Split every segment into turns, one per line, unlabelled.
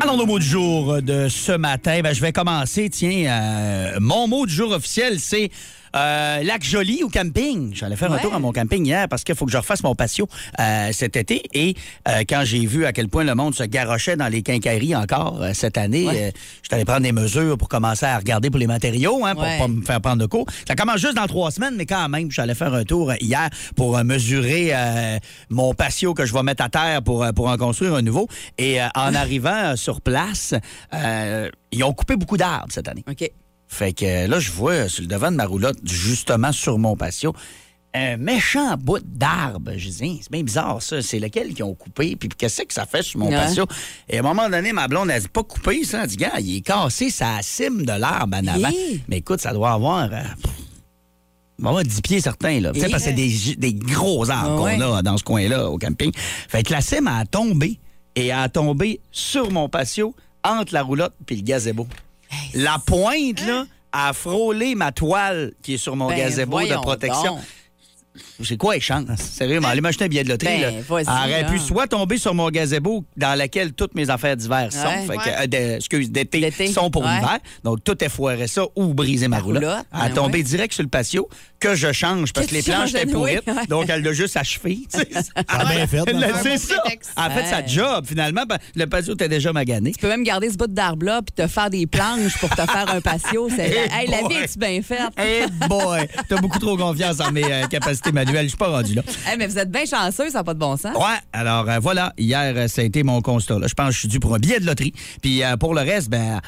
Allons nos mots du jour de ce matin. Ben, je vais commencer. Tiens, euh, mon mot du jour officiel, c'est euh, lac joli ou camping. J'allais faire un tour à mon camping hier parce qu'il faut que je refasse mon patio euh, cet été. Et euh, quand j'ai vu à quel point le monde se garochait dans les quincailleries encore euh, cette année, euh, j'étais allé prendre des mesures pour commencer à regarder pour les matériaux, hein, pour
Ouais.
pas me faire prendre de cours. Ça commence juste dans trois semaines, mais quand même, j'allais faire un tour hier pour euh, mesurer euh, mon patio que je vais mettre à terre pour, euh, pour en construire un nouveau. Et euh, en arrivant euh, sur place, euh, ils ont coupé beaucoup d'arbres cette année.
OK.
Fait que euh, là, je vois euh, sur le devant de ma roulotte, justement sur mon patio, un méchant bout d'arbre. Je dis, Hein, c'est bien bizarre ça. C'est lequel qu'ils ont coupé? Puis qu'est-ce que ça fait sur mon
Ouais.
patio? Et à un moment donné, ma blonde, elle dit pas coupé ça. Elle dit, gars, il est cassé, ça cime de l'arbre en avant.
Hi.
Mais écoute, ça doit avoir. euh, pff, on va avoir 10 pieds certains, là. Tu sais,
Hi.
parce que c'est des, gi- des gros arbres
Ouais.
qu'on a dans ce coin-là, au camping. Fait que la cime a tombé et elle a tombé sur mon patio entre la roulotte puis le gazebo. La pointe, là, a frôlé ma toile qui est sur mon
hein? Ben,
gazebo de
voyons
protection.
donc.
J'ai quoi, les chances? Sérieusement, aller m'acheter un billet de loterie,
Ben,
là.
vas-y,
Elle aurait
là.
pu soit tomber sur mon gazebo dans lequel toutes mes affaires d'hiver sont,
Ouais.
fait que,
Ouais.
euh, de- excuse, d'été,
D'été,
sont pour
ouais.
l'hiver. Donc, tout effoirait ça ou briser ma
La
roulotte.
roulotte,
Elle a
ben
tombé
ouais.
direct sur le patio, que je change parce
Que
que les
tu
planches
changes
étaient
de noué,
pourrites.
ouais.
Donc, elle l'a juste achevé. tu sais.
a bien fait, hein. dans le
Elle-
fond.
C'est ça. Elle a fait sa
Ouais.
job, finalement. ben, Le patio était déjà magané.
Tu peux même garder ce bout d'arbre-là puis te faire des planches pour te faire un patio. C'est-
Hey
hey, la
boy.
vie est-tu bien faite?
Eh boy! T'as beaucoup trop confiance en mes euh, capacités manuelles. Je suis pas rendu là.
Hey, mais vous êtes bien chanceux, ça n'a pas de bon sens.
Ouais, alors euh, voilà, hier, euh, ça a été mon constat. là. Je pense que je suis dû pour un billet de loterie. Puis euh, pour le reste, ben.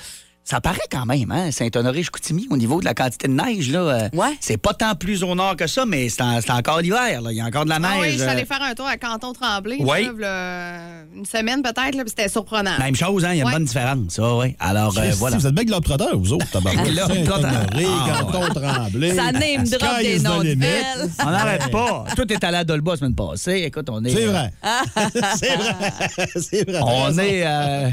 Ça paraît quand même, hein? Saint-Honoré-Chicoutimi, au niveau de la quantité de neige, là. euh,
Ouais.
C'est pas tant plus au nord que ça, mais c'est en- c'est encore l'hiver, là. Il y a encore de la neige.
Ah oui, je suis
euh,
allée faire un tour à Canton Tremblay,
Oui.
là, v'là une semaine peut-être, là, puis c'était surprenant.
Même chose, hein? Il y a une
Ouais.
bonne différence. Ah, ouais. Alors, euh,
Christy,
voilà.
Vous êtes bien globetrotteurs, vous autres, tabarouette.
Globetrotteurs.
Saint-Honoré,
Ah,
Canton Tremblay.
Ça name
Sky
drop des
is the
noms de
limit.
villes.
On n'arrête pas. Tout est allé à Dolba la semaine passée. Écoute, on est.
C'est
euh,
vrai.
Ah.
c'est vrai. c'est vrai.
On est. euh,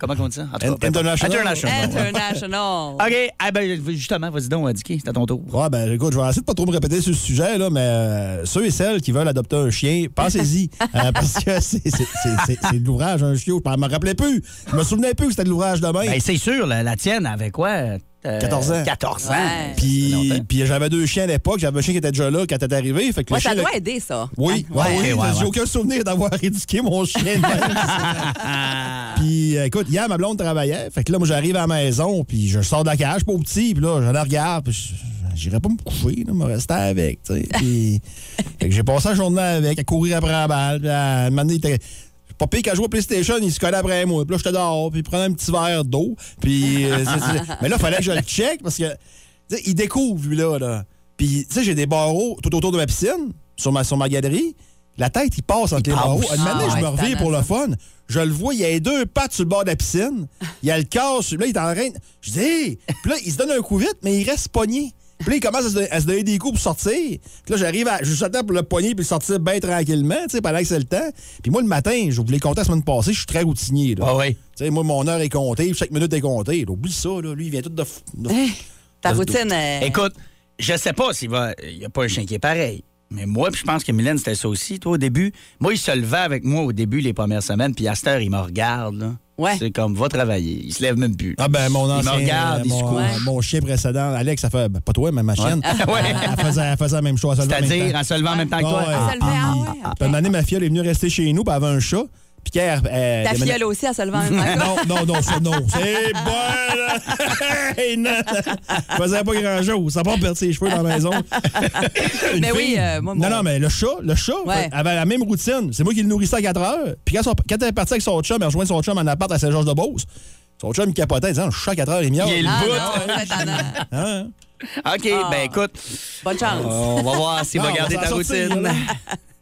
comment on dit ça? En tout cas, peu importe.
International.
International. ouais.
International.
OK. Ah ben, justement, vas-y donc, Dicky, c'est à ton tour.
Ouais, ben écoute, je vais essayer de pas trop me répéter sur ce sujet, là, mais euh, ceux et celles qui veulent adopter un chien, pensez-y. euh, parce que c'est c'est- c'est- c'est- c'est de l'ouvrage, un chiot. Je me rappelais plus. Je me souvenais plus que c'était de l'ouvrage de même.
Ben, c'est sûr, la, la tienne avait quoi? euh,
14 ans.
14 ans.
Ouais.
Ça fait
Puis,
longtemps.
puis j'avais deux chiens à l'époque. J'avais un chien qui était déjà là quand t'es arrivé. Fait que
Ouais,
le chien,
ça
le-
doit aider, ça.
Oui,
Ah,
ouais,
ouais.
oui,
Ok, ouais,
j'ai
ouais.
aucun souvenir d'avoir éduqué mon chien. de même. puis euh, écoute, hier ma blonde travaillait, fait que là moi j'arrive à la maison, puis je sors de la cage pour petit, puis là je la regarde, puis je- j'irai pas me coucher, là, me rester avec, tu sais. Puis fait que j'ai passé la journée avec, à courir après la balle, puis à un moment donné, il était- pas pire qu'à jouer à PlayStation, il se collait après moi. Puis là, j'étais dehors, puis il prenait un petit verre d'eau. Puis, euh, c'est- c'est- mais là, il fallait que je le check parce que tu sais, il découvre, lui, là. là. Puis, tu sais, j'ai des barreaux tout autour de ma piscine, sur ma, sur ma galerie. La tête, il passe entre les
passe.
barreaux. Une
Ah,
manière, je
ouais,
me reviens
tannant,
pour le fun. Je le vois, il y a les deux pattes sur le bord de la piscine. Il y a le corps, sur- là, il est en train. de- Je dis, hey! Puis là, il se donne un coup vite, mais il reste pogné. Puis là, il commence à se, don- à se donner des coups pour sortir. Puis là, j'arrive à. Je s'attends pour le pogner puis le sortir bien tranquillement, tu sais, pendant que c'est le temps. Puis moi, le matin, je vous l'ai compté la semaine passée, je suis très routinier, là.
Ah oui.
Tu sais, moi, mon heure est comptée, chaque minute est comptée. Là, oublie ça, là. Lui, il vient tout de. f- de-
Ta routine. euh,
Écoute, je sais pas s'il va. Il n'y a pas un chien qui est pareil. Mais moi, puis je pense que Mylène, c'était ça aussi, toi, au début. Moi, il se levait avec moi au début, les premières semaines, puis à cette heure, il me regarde, là.
Ouais.
C'est comme, va travailler. Il se lève même plus.
Ah ben mon
Il me
ancien,
regarde, il se
mon,
couche.
mon chien précédent, Alex, ça fait ben, pas toi mais ma chienne,
Ouais.
elle, faisait, elle faisait la même chose. elle se levait en
C'est-à-dire,
même temps.
en se levant en même temps que
Ah
toi.
ouais.
Elle se levait, ah ouais,
Puis,
ok.
puis, une année, ma fille elle est venue rester chez nous, puis elle avait un chat. Puis quand elle, elle-
Ta
elle-
fiole aussi, elle se levait en même temps.
Non, non, non, ça, non. C'est bon! Hey, non. Elle faisait pas grand chose. Ça part perdre ses cheveux dans la maison. Une
Mais oui,
fille-
euh, moi,
Non,
mon-
non, mais le chat, le chat,
Ouais.
fait, avait la même routine. C'est moi qui le nourrissais à 4 heures. Puis quand, son- quand elle est partie avec son chum, elle rejoint son chum en appart à Saint-Georges-de-Beauce. Son chum, il capotait, il disait, je suis à 4 heures et demie.
Il est le
Ah,
bout.
non, c'est étonnant.
Hein?
OK, ben écoute,
Bonne
euh,
chance.
on va voir s'il
Ah,
va
on
garder
va
ta
s'en sortir,
routine.
là.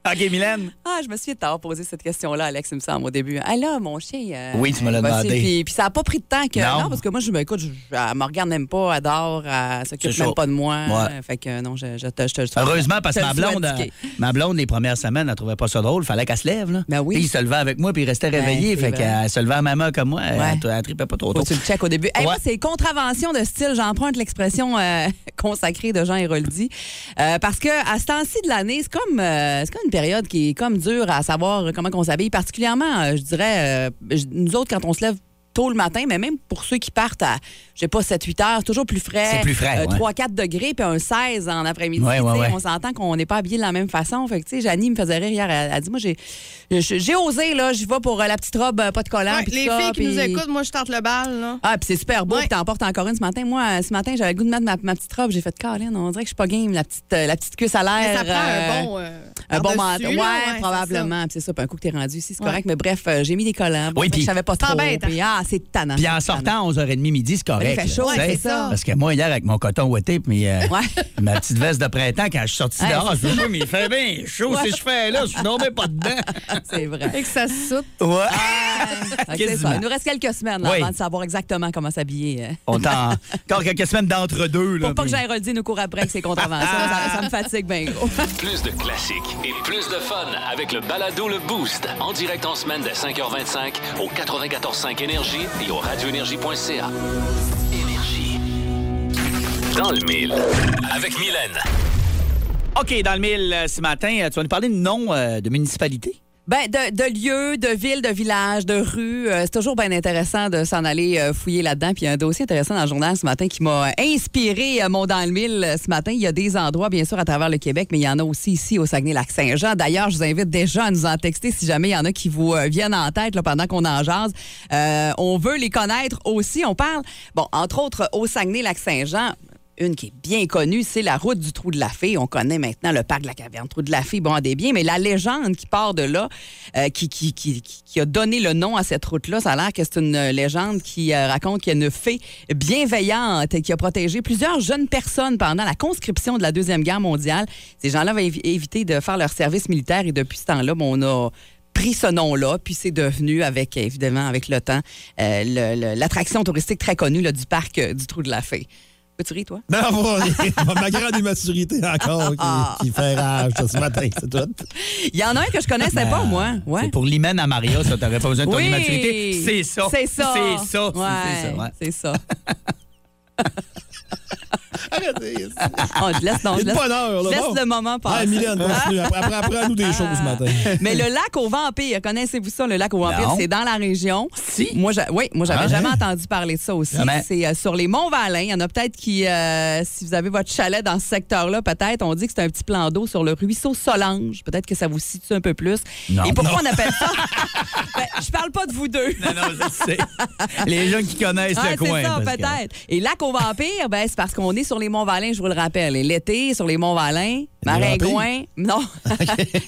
OK, Mylène.
Ah, je me suis tard posé cette question-là, Alex, il me semble, au début. Ah là, mon chien. euh,
Oui, tu me l'as
voici.
demandé.
Puis, puis ça n'a pas pris de temps que.
Non.
Non, parce que moi, je me écoute, je- elle me regarde même pas, adore, elle s'occupe
C'est ça.
même pas de moi.
Ouais.
Euh, Fait que euh, non, je, je te. Je te je te-
Heureusement, parce que
je
ma
te le souhaite
blonde,
indiquer.
euh, ma blonde, les premières semaines, elle trouvait pas ça drôle. Fallait qu'elle se lève, là.
Ben oui.
Puis il se levait avec moi, puis il restait
Ben,
réveillé.
c'est
fait
vrai.
qu'elle se levait à même heure que moi. Elle-
Ouais.
Elle, elle trippait pas trop
Faut
tôt.
que tu le check au début. Hey, moi,
Ouais.
c'est contravention de style. J'emprunte l'expression euh, consacrée de Jean Héroldi. Euh, parce que à ce temps-ci de l'année, c'est comme, euh, c'est comme une période qui est comme dure à savoir comment on s'habille. Particulièrement, euh, je dirais, euh, je- nous autres, quand on se lève tôt le matin, mais même pour ceux qui partent à, je sais pas, 7-8 heures, c'est toujours plus frais.
C'est plus frais, ouais.
3-4 degrés, puis un 16 en après-midi.
Ouais, ouais,
tu sais,
ouais.
On s'entend qu'on n'est pas habillé de la même façon. Fait que, tu sais, Janie me faisait rire hier. Elle, elle dit, moi, j'ai j'ai- j'ai osé, là, j'y vais pour euh, la petite robe, euh, pas de collant.
Ouais,
puis
les
tout ça,
filles qui nous
puis-
écoutent, moi, je tente le bal, là.
ah, puis c'est super beau,
Ouais.
puis t'en portes encore une ce matin. Moi, euh, ce matin, j'avais le goût de mettre ma, ma petite robe. J'ai fait, Caroline, on dirait que je suis pas game, la petite, euh, la petite cuisse à
Mais
l'air.
ça prend
euh,
un bon... euh,
un bon manteau.
par-dessus, là,
Ouais,
ouais, c'est
probablement. Puis c'est ça, puis un coup que t'es rendu ici, c'est
Ouais.
correct. Mais bref, euh, j'ai mis des collants. Bon,
Oui,
fait que
puis-
je savais pas trop.
T'embêtes, hein.
Puis ah, c'est tannant.
Puis en
c'est tannant.
sortant à 11h30 midi, c'est correct.
Ben, Il fait chaud,
là, tu
ouais,
sais.
c'est ça.
Parce que moi, hier, avec mon coton ouaté puis euh,
Ouais.
ma petite veste de printemps, quand je suis sorti
Ouais,
dehors, je me suis dit, mais il fait bien chaud si je fais là, je dormais pas dedans.
Ah, C'est vrai.
Et que ça se saute.
Ouais.
Fait que c'est
Quasiment.
ça. Il nous reste quelques semaines là,
Oui.
avant de savoir exactement comment s'habiller. euh.
On t'en. Encore quelques semaines d'entre-deux. là,
Pour pas que
puis-
Géraldine nous court après avec ses contraventions. ça, ça me fatigue bien gros.
Plus de classiques et plus de fun avec le balado Le Boost. En direct en semaine dès 5h25 au 94.5 Énergie et au radioénergie.ca. Énergie. Dans le mille. Avec Mylène.
OK, dans le mille euh, ce matin, euh, tu vas nous parler de nom euh, de municipalité.
Ben, de, de lieux, de villes, de villages, de rues. euh, c'est toujours bien intéressant de s'en aller euh, fouiller là-dedans. Puis il y a un dossier intéressant dans le journal ce matin qui m'a euh, inspiré euh, mon dans le mille euh, ce matin. Il y a des endroits, bien sûr, à travers le Québec, mais il y en a aussi ici au Saguenay-Lac-Saint-Jean. D'ailleurs, je vous invite déjà à nous en texter si jamais il y en a qui vous euh, viennent en tête là, pendant qu'on en jase. Euh, on veut les connaître aussi. On parle, bon, entre autres, au Saguenay-Lac-Saint-Jean une qui est bien connue, c'est la route du Trou de la Fée. On connaît maintenant le parc de la caverne Trou de la Fée, bon, des biens, mais la légende qui part de là, euh, qui, qui, qui, qui- qui a donné le nom à cette route-là, ça a l'air que c'est une légende qui euh, raconte qu'il y a une fée bienveillante qui a protégé plusieurs jeunes personnes pendant la conscription de la Deuxième Guerre mondiale. Ces gens-là avaient évi- évité de faire leur service militaire et depuis ce temps-là, bon, on a pris ce nom-là, puis c'est devenu, avec évidemment, avec le temps, euh, le- le- l'attraction touristique très connue là, du parc euh, du Trou de la Fée. Peux-tu rire, toi?
Non, bon, ma grande immaturité encore qui, qui fait rage ce matin, c'est tout.
Il y en a un que je connaissais pas, moi.
C'est
Ouais.
pour l'hymen à Maria, ça, t'aurais Ben, pas besoin de ton
Oui.
immaturité. C'est ça.
C'est
C'est ça.
ça.
c'est- c'est ça,
Ouais,
ouais.
C'est ça.
Arrêtez.
Oh, je laisse, non, je
Il est de
laisse,
bonne heure,
je
là.
laisse
bon.
le moment
Ah,
passer.
Mylène, continue. Après, après, apprends-nous des
Ah.
choses ce matin.
Mais le lac aux vampires, connaissez-vous ça, le lac aux vampires?
Non.
C'est dans la région.
Si.
Moi, j'a- oui, moi, j'avais
Ah,
jamais
hein?
entendu parler de ça aussi.
Jamais.
C'est euh, sur les monts Valin. Il y en a peut-être qui, euh, si vous avez votre chalet dans ce secteur-là, peut-être, on dit que c'est un petit plan d'eau sur le ruisseau Solange. Peut-être que ça vous situe un peu plus.
Non.
Et pourquoi on appelle ça? Ben, je parle pas de vous deux.
Non, non, je sais. Les gens qui connaissent
Ah,
le coin.
c'est ça,
parce que-
peut-être. Et lac aux vampires, ben, c'est parce qu'on est sur les monts Valin, je vous le rappelle. Et l'été, sur les monts Valin, maringouin, non,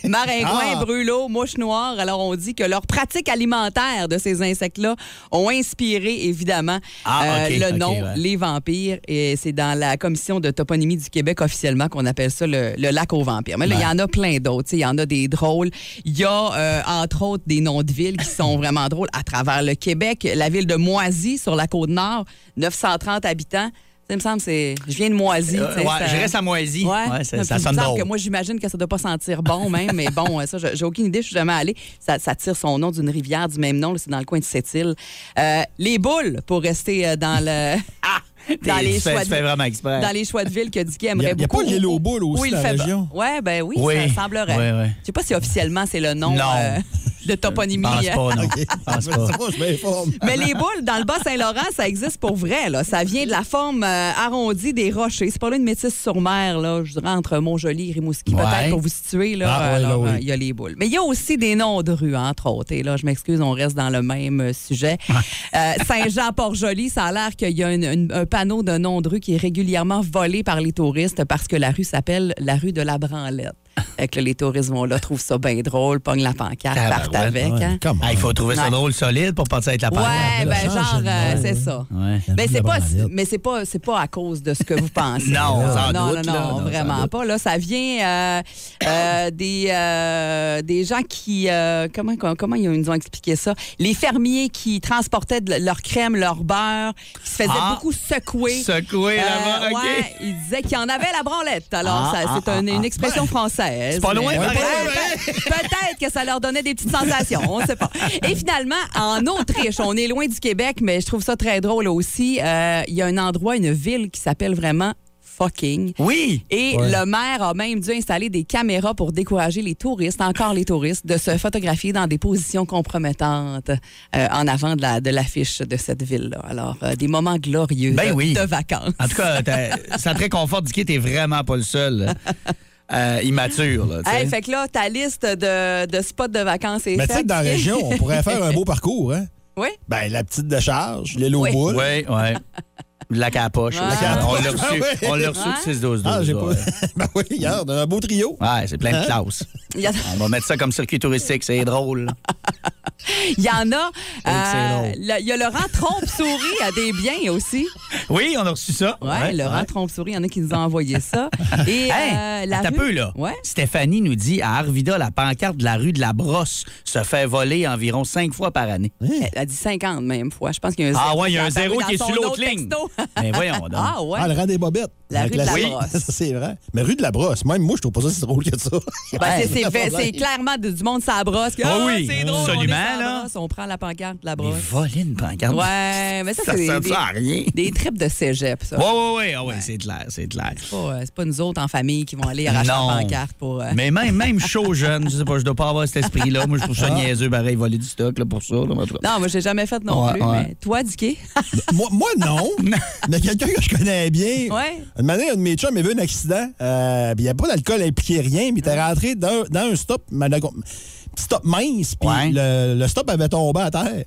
maringouin,
Ah.
brûlots, mouches noires. Alors, on dit que leur pratique alimentaire de ces insectes-là ont inspiré, évidemment, euh,
Ah, ok,
le
ok,
nom
ouais.
Les Vampires. Et c'est dans la commission de toponymie du Québec officiellement qu'on appelle ça le, le lac aux vampires. Mais là, il y en a plein d'autres. tu sais, Il y en a des drôles. Il y a, euh, entre autres, des noms de villes qui sont vraiment drôles à travers le Québec. La ville de Moisy, sur la Côte-Nord, 930 habitants. Ça il me semble, c'est. Je viens de Moisy.
Euh,
tu sais,
ouais,
ça-
je reste à Moisy.
Ouais.
Ouais, ça-
Puis
ça
il me
sonne
semble
drôle.
que moi, j'imagine que ça doit pas sentir bon, même, mais bon, ça, je- j'ai aucune idée, je suis jamais allée. Ça, ça tire son nom d'une rivière du même nom, là, c'est dans le coin de Sept-Îles. Euh, les boules, pour rester euh, dans le. dans
Ah! T'es-
les
tu fais-
choix
tu
de-
fais vraiment exprès.
Dans les choix de ville que Dicky
Y
aimerait
a- y a
beaucoup.
pas le Yellow Bull aussi
Oui,
dans la région?
Ouais, ben oui,
Oui.
ça semblerait.
Ouais, ouais.
Je sais pas si officiellement c'est le nom
Non.
euh, de
Je
toponymie.
pense pas, non.
OK.
Je pense
Je
pas.
sais pas, je m'informe.
Mais les boules, dans le Bas-Saint-Laurent, ça existe pour vrai. Là. Ça vient de la forme euh, arrondie des rochers. C'est pas là une métisse sur mer, là, je dirais entre Montjoli et Rimouski,
Ouais.
peut-être, pour vous situer. Là,
Ah, ouais, là,
Alors,
oui.
euh, il y a les boules. Mais il y a aussi des noms de rues, entre autres. Et là, je m'excuse, on reste dans le même euh, sujet. Euh, Saint-Jean-Port-Joli, ça a l'air qu'il y a une- une- un panneau de nom de rue qui est régulièrement volé par les touristes parce que la rue s'appelle la rue de la Branlette. Fait que là, les touristes vont là, trouvent ça bien drôle, pognent la pancarte,
Tabarouette,
partent avec.
ouais,
hein.
come on.
Ah, il faut trouver ça
Ouais.
drôle solide pour partir avec la pancarte.
Ouais,
là,
ben
change
genre,
de
euh,
nom,
c'est
ouais.
ça.
Ouais.
Mais c'est
La
pas,
banalette.
mais c'est pas, c'est pas à cause de ce que vous pensez.
Non, sans
non,
doute, là,
non, non,
non, sans
vraiment
doute.
pas. Là, ça vient euh, euh, des, euh, des gens qui, euh, comment, comment, comment ils nous ont expliqué ça Les fermiers qui transportaient de leur crème, leur beurre, qui se faisaient
Ah.
beaucoup secouer.
Secouer là-bas,
Euh,
OK.
ouais, ils disaient qu'il y en avait la branlette. Alors,
Ah,
ça, c'est
ah,
un-
ah,
une
ah.
expression française.
pas loin,
mais-
pareil,
Peut- Peut-être que ça leur donnait des petites sensations, on ne sait pas. Et finalement, en Autriche, on est loin du Québec, mais je trouve ça très drôle aussi. euh, Il y a un endroit, une ville qui s'appelle vraiment fucking.
Oui.
ben, Et le maire a même dû installer des caméras pour décourager les touristes, encore les touristes, de se photographier dans des positions compromettantes euh, en avant de la- de l'affiche de, cette ville-là. Alors, euh, des moments glorieux
Ben
de-
oui.
de vacances.
Ah,
En tout cas, t'as- ça te réconforte du t'es vraiment pas le seul euh, immature. Là, tu sais.
Hey, fait que là, ta liste de, de spots de vacances est
Mais tu sais
faite.
que dans la région, on pourrait faire un beau parcours, hein?
Oui.
Ben, la petite de charge, le low
Oui.
boule.
Oui, oui. La capoche.
La
capoche,
On l'a reçu.
ah ouais.
On l'a reçu de 6-12-12.
Ah, j'ai pas.
ouais.
ben oui, regarde, un beau trio.
Ouais, c'est plein de classe.
Il y a-
On va mettre ça comme circuit touristique, c'est drôle.
Il y en a.
C'est
euh,
drôle.
le- Il y a Laurent Trompe-Souris à des biens aussi.
Oui, on a reçu ça.
Ouais, Laurent Trompe-Souris, il y en a qui nous ont envoyé ça. Et euh,
Hey,
la
attends un
rue-
peu, là.
Ouais.
Stéphanie nous dit à Arvida, la pancarte de la rue de la Brosse se fait voler environ cinq fois par année.
Elle a dit 50 même fois. Je pense qu'il y a un zéro.
Ah, ouais, il y a un
qui est
zéro
apparu
qui est
dans
sur
son
l'autre
autre
ligne.
texto.
Mais voyons donc.
Ah, ouais.
Ah, le rang des bobettes.
La rue de la
classique.
Brosse.
Ça, c'est vrai. Mais rue de la Brosse, même moi, je trouve pas ça si drôle que ça.
Ben, c'est-
Ouais.
c'est c'est clairement de- du monde ça brosse. que,
Ah
Ah
oui,
c'est drôle,
absolument,
on, est sur la
là.
brosse, on prend la pancarte de la
Mais
brosse.
voler une pancarte.
Ouais, mais ça,
Ça
c'est des,
sert ça à rien.
des- des trips de cégep, ça.
Ouais, ouais, ouais, ah ouais, c'est clair, c'est clair.
C'est pas, euh, c'est pas nous autres en famille qui vont aller arracher
Non.
la pancarte pour. euh,
Mais même, même chaud jeune, je sais pas, je dois pas avoir cet esprit-là. Moi, je trouve ça niaiseux, pareil, voler du stock là, pour ça. là, en tout cas.
Ah. Non, moi, j'ai jamais fait non
Ouais,
plus.
ouais.
Mais toi, Dicky?
moi, moi, non. mais quelqu'un que je connais bien.
Ouais.
Une manière, un de mes chums avait un accident. Euh, puis il n'y avait pas d'alcool impliqué, rien. Puis il était rentré dans, dans un stop, mais d'un- petit stop mince. Puis
Ouais.
le, le stop avait tombé à terre.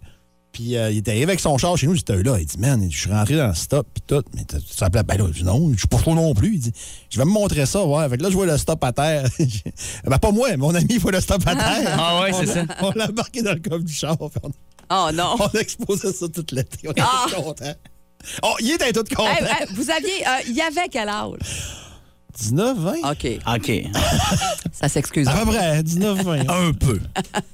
Puis euh, il était arrivé avec son char chez nous. J'étais là. Il dit, man, je suis rentré dans le stop. Puis tout. Mais tu tu t'appelles- ben là, je dis, non, je suis pas trop non plus. Il dit, je vais me montrer ça. Ouais. Fait que là, je vois le stop à terre. ben pas moi, mon ami, il voit le stop à terre.
Ah ouais, c'est
On-
ça.
On l'a marqué dans le coffre du char. Puis on-
Oh non.
on a exposé ça toute l'été. On était
Ah!
tous contents. Oh, il était tout content.
ben,
Hey, hey, vous aviez. euh, Il y avait quel âge?
19,
Ah.
20?
OK.
OK.
Ça s'excuse.
Ah.
À peu près, 19, 20.
Un peu.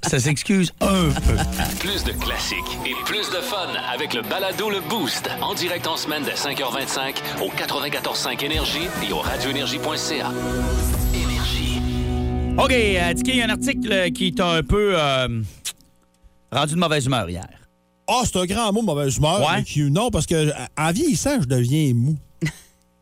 Ça s'excuse un peu.
Plus de classiques et plus de fun avec le balado Le Boost. En direct en semaine dès 5h25 au 94.5 Énergie et au radioénergie.ca. Énergie.
OK, euh, Dicky, il y a un article euh, qui t'a un peu euh, rendu de mauvaise humeur hier.
Ah, c'est un grand mot, mauvaise humeur.
Ouais.
mais qui- non, parce que euh, en vieillissant, je deviens mou.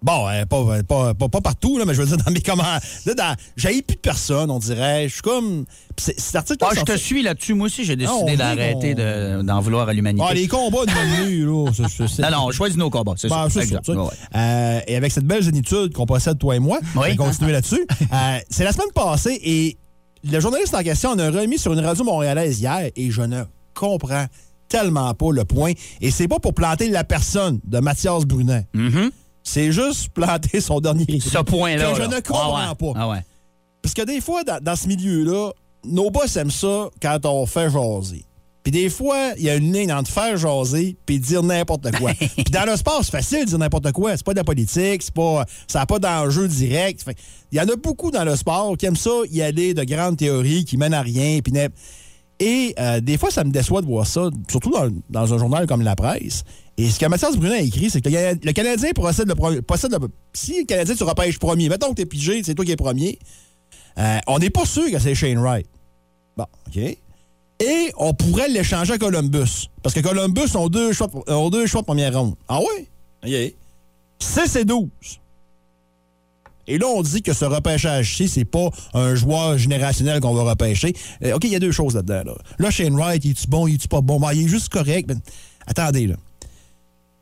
Bon, euh, pas, euh, pas, pas, pas partout, là, mais je veux dire, dans mes commentaires. Là, dans- J'haïs plus de personne, on dirait. Je suis comme. Pis c'est- Cet article.
Ah, je te suis là-dessus. Moi aussi, j'ai
Ah,
décidé
on vient
d'arrêter de- d'en vouloir à l'humanité.
Ah, les combats de menu, là. ça, je sais.
Non, non, on choisit nos combats, c'est
Ben,
ça.
c'est ça,
Exact.
ça.
Ouais, ouais.
Euh, et avec cette belle génitude qu'on possède, toi et moi,
Oui.
on va continuer là-dessus. Euh, c'est la semaine passée et le journaliste en question en a remis sur une radio montréalaise hier et je ne comprends tellement pas le point. Et c'est pas pour planter la personne de Mathias Brunet. C'est juste planter son dernier écrit.
Mm-hmm. Ce point-là.
Que je
là.
ne comprends
Ah ouais.
pas.
Ah ouais.
Parce que des fois, dans, dans ce milieu-là, nos boss aiment ça quand on fait jaser. Puis des fois, il y a une ligne entre faire jaser puis dire n'importe quoi. puis dans le sport, c'est facile de dire n'importe quoi. C'est pas de la politique, c'est pas, ça n'a pas d'enjeu direct. Fait que Il y en a beaucoup dans le sport qui aiment ça y aller de grandes théories qui mènent à rien. Puis n'im- et euh, des fois, ça me déçoit de voir ça, surtout dans, dans un journal comme La Presse. Et ce que Mathias Brunet a écrit, c'est que le, Cana- le Canadien procède le, pro- possède le- Si le Canadien, tu repêches premier, mettons que t'es pigé, c'est toi qui es premier, euh, on n'est pas sûr que c'est Shane Wright. Bon, OK. Et on pourrait l'échanger à Columbus. Parce que Columbus ont deux choix, de- ont deux choix de première ronde. Ah oui? OK. 6 et 12. Et là, on dit que ce repêchage-ci, c'est pas un joueur générationnel qu'on va repêcher. Euh, OK, il y a deux choses là-dedans. Là, Là, Shane Wright, il est-tu bon, il est-tu pas bon? Ben, il est juste correct. mais- attendez, là.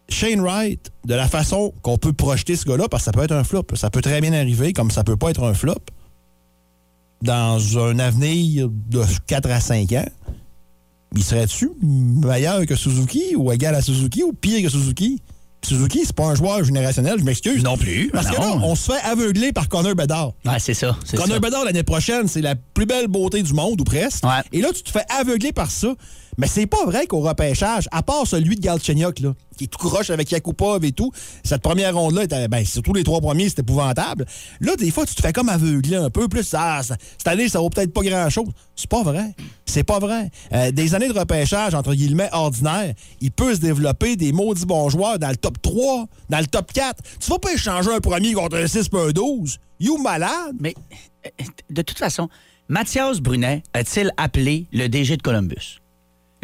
Shane Wright, de la façon qu'on peut projeter ce gars-là, parce que ça peut être un flop, ça peut très bien arriver, comme ça peut pas être un flop, dans un avenir de 4 à 5 ans, il serait-tu meilleur que Suzuki ou égal à Suzuki ou pire que Suzuki? Suzuki, c'est pas un joueur générationnel, je m'excuse.
Non plus,
Parce
ben
que là,
non.
on se fait aveugler par Connor Bedard.
Ouais, c'est ça. c'est ça.
Connor Bedard, l'année prochaine, c'est la plus belle beauté du monde, ou presque.
Ouais.
Et là, tu te fais aveugler par ça. Mais c'est pas vrai qu'au repêchage, à part celui de Galchenyuk, là, qui est tout croche avec Yakupov et tout, cette première ronde-là, était- ben, surtout les trois premiers, c'était épouvantable. Là, des fois, tu te fais comme aveugler un peu plus. Ah, ça- cette année, ça vaut peut-être pas grand-chose. C'est pas vrai. C'est pas vrai. Euh, des années de repêchage, entre guillemets, ordinaires, il peut se développer des maudits bons joueurs dans le top 3, dans le top 4. Tu vas pas échanger un premier contre un 6 puis un 12. You malade?
Mais euh, de toute façon, Mathias Brunet a-t-il appelé le DG de Columbus?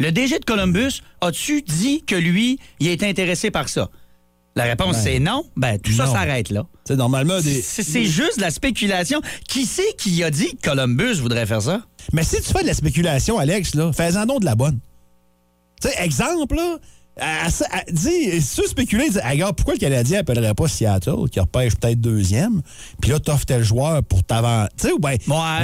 Le DG de Columbus a-tu dit que lui, il est intéressé par ça? La réponse, c'est non. Ben, tout ça
non.
s'arrête là.
C'est normalement des.
C'est c'est juste de la spéculation. Qui c'est qui a dit que Columbus voudrait faire ça?
Mais si tu fais de la spéculation, Alex, là, fais-en donc de la bonne. Tu sais, exemple, là, à- à- à- dis, si tu spéculer, dis, Ah, regarde, pourquoi le Canadien appellerait pas Seattle, qui repêche peut-être deuxième, puis là, t'offres tel joueur pour t'avant. Tu sais, ou bien.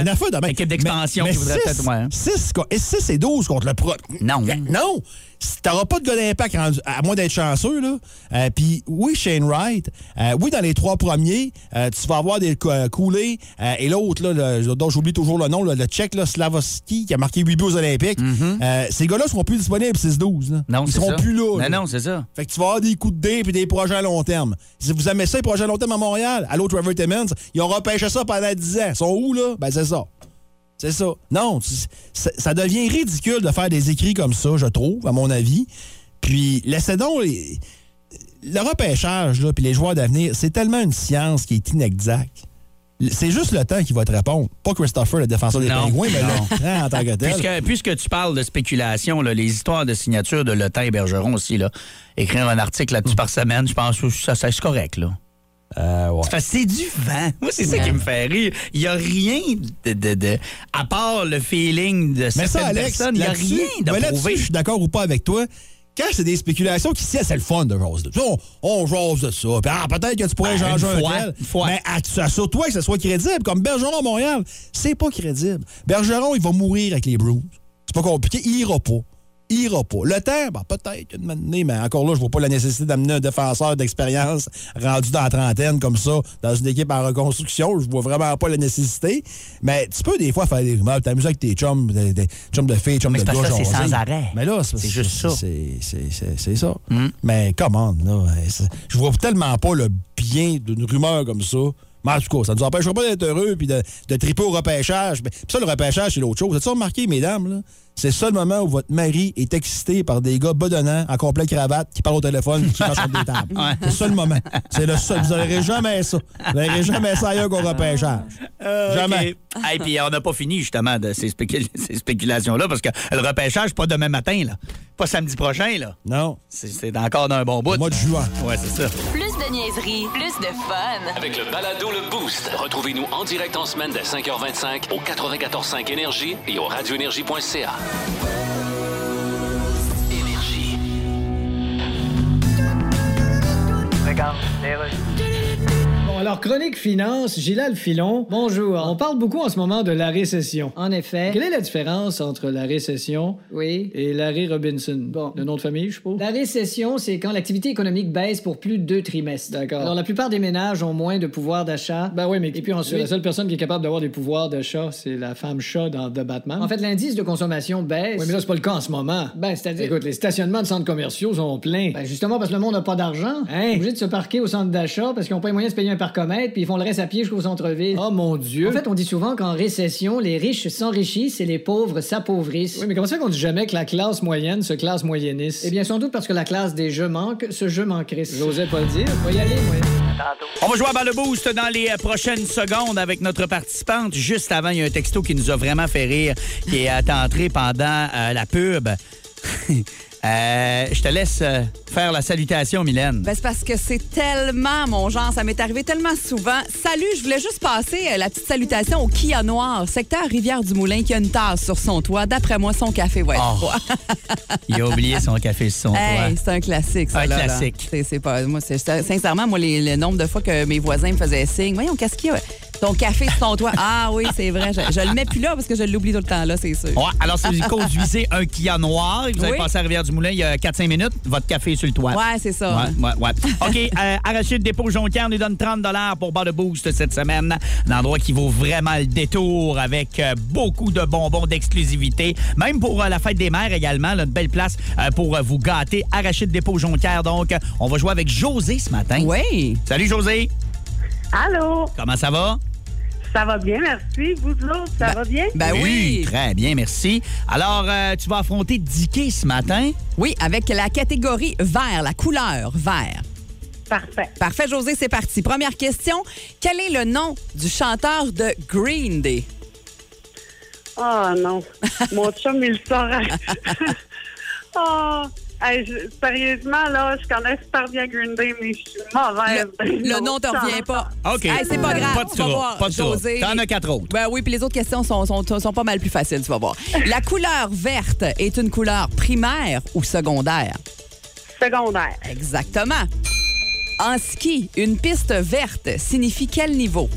une affaire de même.
équipe d'expansion
Mais-
qui
mais
voudrait
six-
peut-être, ouais. hein.
six co- et 6 et 12 contre le pro. Euh,
Non.
Non. Si T'auras pas de gars d'impact rendu- à moins d'être chanceux. là. Euh, Puis oui, Shane Wright. euh, oui, dans les trois premiers, euh, tu vas avoir des cou- euh, coulés. euh, et l'autre, là, le- dont j'oublie toujours le nom, là, le Tchèque, là, Slavoski, qui a marqué 8 buts aux Olympiques. Euh, ces gars-là seront plus disponibles 6-12. là.
Mm-hmm. Non,
Ils
c'est
seront
ça.
plus là. là.
Non, non, c'est ça.
Fait que tu vas avoir des coups de dés puis des projets à long terme. Si vous aimez ça, les projets à long terme à Montréal, à l'autre Trevor Timmons, ils ont repêché ça pendant 10 ans. Ils sont où, là? Ben, c'est ça. C'est ça. Non, tu- ça, ça devient ridicule de faire des écrits comme ça, je trouve, à mon avis. Puis, laissez donc... les- Le repêchage, là, puis les joueurs d'avenir, c'est tellement une science qui est inexacte. C'est juste le temps qui va te répondre. Pas Christopher, le défenseur des
Non,
pingouins, mais
non.
le temps en tant que tel.
Puisque, puisque tu parles de spéculation, là, les histoires de signature de Le Temps et Bergeron aussi, là, écrire un article là-dessus
Mm.
par semaine, je pense que ça, ça, c'est correct. Là.
Euh, ouais.
Parce que c'est du vent. Moi, c'est ça qui me fait rire. Il n'y a rien de, de- de- À part le feeling de
Mais
certaines
ça, Alex,
personnes, il n'y a
là-dessus-
rien de
ben là-dessus,
prouvé.
Je suis d'accord ou pas avec toi. Quand c'est des spéculations qui c'est le fun de rose. On, on jase de ça. Puis, ah, peut-être que tu pourrais
Ben,
changer
une
un
fois,
tel.
une fois.
Mais ah, à- assure-toi que ce soit crédible. Comme Bergeron à Montréal, c'est pas crédible. Bergeron, il va mourir avec les Bruins. C'est pas compliqué. Il ira pas. Il ira pas. Le temps, ben, peut-être que de m'amener, mais encore là, je vois pas la nécessité d'amener un défenseur d'expérience rendu dans la trentaine comme ça, dans une équipe en reconstruction. Je vois vraiment pas la nécessité. Mais tu peux des fois faire des rumeurs, t'amuser avec tes chums, des, des chums de filles, chums
Mais
de
c'est parce que
gars,
ça, c'est
jaser.
sans arrêt.
Mais là,
C'est juste ça. Hmm.
c'est- c'est- C'est c'est ça. Mais comment, là? ouais, c'est- Je vois tellement pas le bien d'une rumeur comme ça. Mais en tout cas, ça nous empêchera pas d'être heureux puis de, de triper au repêchage. Mais- Puis ça, le repêchage, c'est l'autre chose. As-tu remarqué, mesdames, là? C'est le seul moment où votre mari est excité par des gars bedonnants en complet cravate qui parlent au téléphone qui marchent sur des tables. C'est le seul moment. C'est le seul. Vous n'aurez jamais ça. Vous n'aurez jamais ça ailleurs qu'au repêchage. jamais.
Euh, OK. Hey, puis on n'a pas fini justement de ces, spécul- ces spéculations-là parce que le repêchage, pas demain matin, là. pas samedi prochain. là.
Non.
C'est- C'est encore d'un bon bout.
Au mois de juin.
Ouais, c'est ça.
Plus de niaiserie, plus de fun.
Avec le balado Le Boost, retrouvez-nous en direct en semaine dès 5h25 au 94.5 Énergie et au radioénergie.ca. Énergie.
Bon, alors, chronique finance, Gilal Filon. Bonjour. On parle beaucoup en ce moment de la récession. En effet. Quelle est la différence entre la récession oui. et Larry Robinson? Bon, le nom de famille, je suppose. La récession, c'est quand l'activité économique baisse pour plus de deux trimestres. D'accord. Alors, la plupart des ménages ont moins de pouvoir d'achat. Ben oui, mais et puis ensuite, la seule personne qui est capable d'avoir des pouvoirs d'achat, c'est la femme chat dans The Batman. En fait, l'indice de consommation baisse. Oui, mais là, c'est pas le cas en ce moment. Ben, c'est-à-dire. Écoute, les stationnements de centres commerciaux sont pleins. Ben, justement, parce que le monde n'a pas d'argent. Hein? Obligé de se parquer au centre d'achat parce qu'ils n'ont pas les moyens de se payer un parcomètre, puis ils font le reste à pied jusqu'au centre-ville. Oh mon Dieu! En fait, on dit souvent qu'en récession, les riches s'enrichissent et les pauvres s'appauvrissent. Oui, mais comment ça qu'on dit jamais que la classe moyenne se classe moyenniste? Eh bien, sans doute parce que la classe des jeux manque, ce jeu manquerait. J'osais pas le dire. Faut y aller, moi.
On va jouer à Balle Boost dans les euh, prochaines secondes avec notre participante. Juste avant, il y a un texto qui nous a vraiment fait rire, qui est attentré pendant euh, la pub. Euh, je te laisse euh, faire la salutation, Mylène.
Ben, c'est parce que c'est tellement mon genre. Ça m'est arrivé tellement souvent. Salut, je voulais juste passer euh, la petite salutation au Kia Noir, secteur Rivière-du-Moulin, qui a une tasse sur son toit. D'après moi, son café va être
Oh.
froid.
il a oublié son café sur son
Hey,
Ah, toit.
c'est un classique, ça.
Un
là, là.
classique.
C'est- C'est pas. Moi, c'est- c'est- sincèrement, moi, les- le nombre de fois que mes voisins me faisaient signe, voyons, qu'est-ce qu'il y a? Ton café sur ton toit. Ah oui, c'est vrai. Je, je le mets plus là parce que je l'oublie tout le temps là, c'est sûr.
Ouais, alors, si vous conduisez un Kia noir et vous avez
Oui.
passé à Rivière-du-Moulin il y a 4-5 minutes, votre café est sur le toit.
Ouais, c'est ça.
Ouais, ouais, ouais. OK, euh, Arachide Dépôt Jonquière nous donne 30 pour Bar de Boost cette semaine. Un endroit qui vaut vraiment le détour avec euh, beaucoup de bonbons d'exclusivité. Même pour euh, la fête des mères également, là, une belle place euh, pour euh, vous gâter. Arachide Dépôt Jonquière, donc. On va jouer avec José ce matin.
Oui.
Salut José,
Allô?
comment ça va?
Ça va bien, merci. Vous autres, ça va bien?
Ben oui.
Très bien, merci. Alors, euh, tu vas affronter Dicky ce matin.
Oui, avec la catégorie vert, la couleur vert.
Parfait.
Parfait, José, c'est parti. Première question. Quel est le nom du chanteur de Green Day?
Oh non. Mon chum, il sort. oh. hey, je- sérieusement, là, je connais super bien Green Day, mais je suis
Euh,
mauvaise.
Le nom te revient pas.
OK.
Hey, c'est pas grave.
Pas de
tu vas
trouble,
voir,
pas de trouble.
José.
T'en as quatre autres.
Ben oui, puis les autres questions sont, sont, sont pas mal plus faciles, tu vas voir. La couleur verte est une couleur primaire ou secondaire?
Secondaire.
Exactement. En ski, une piste verte signifie quel niveau?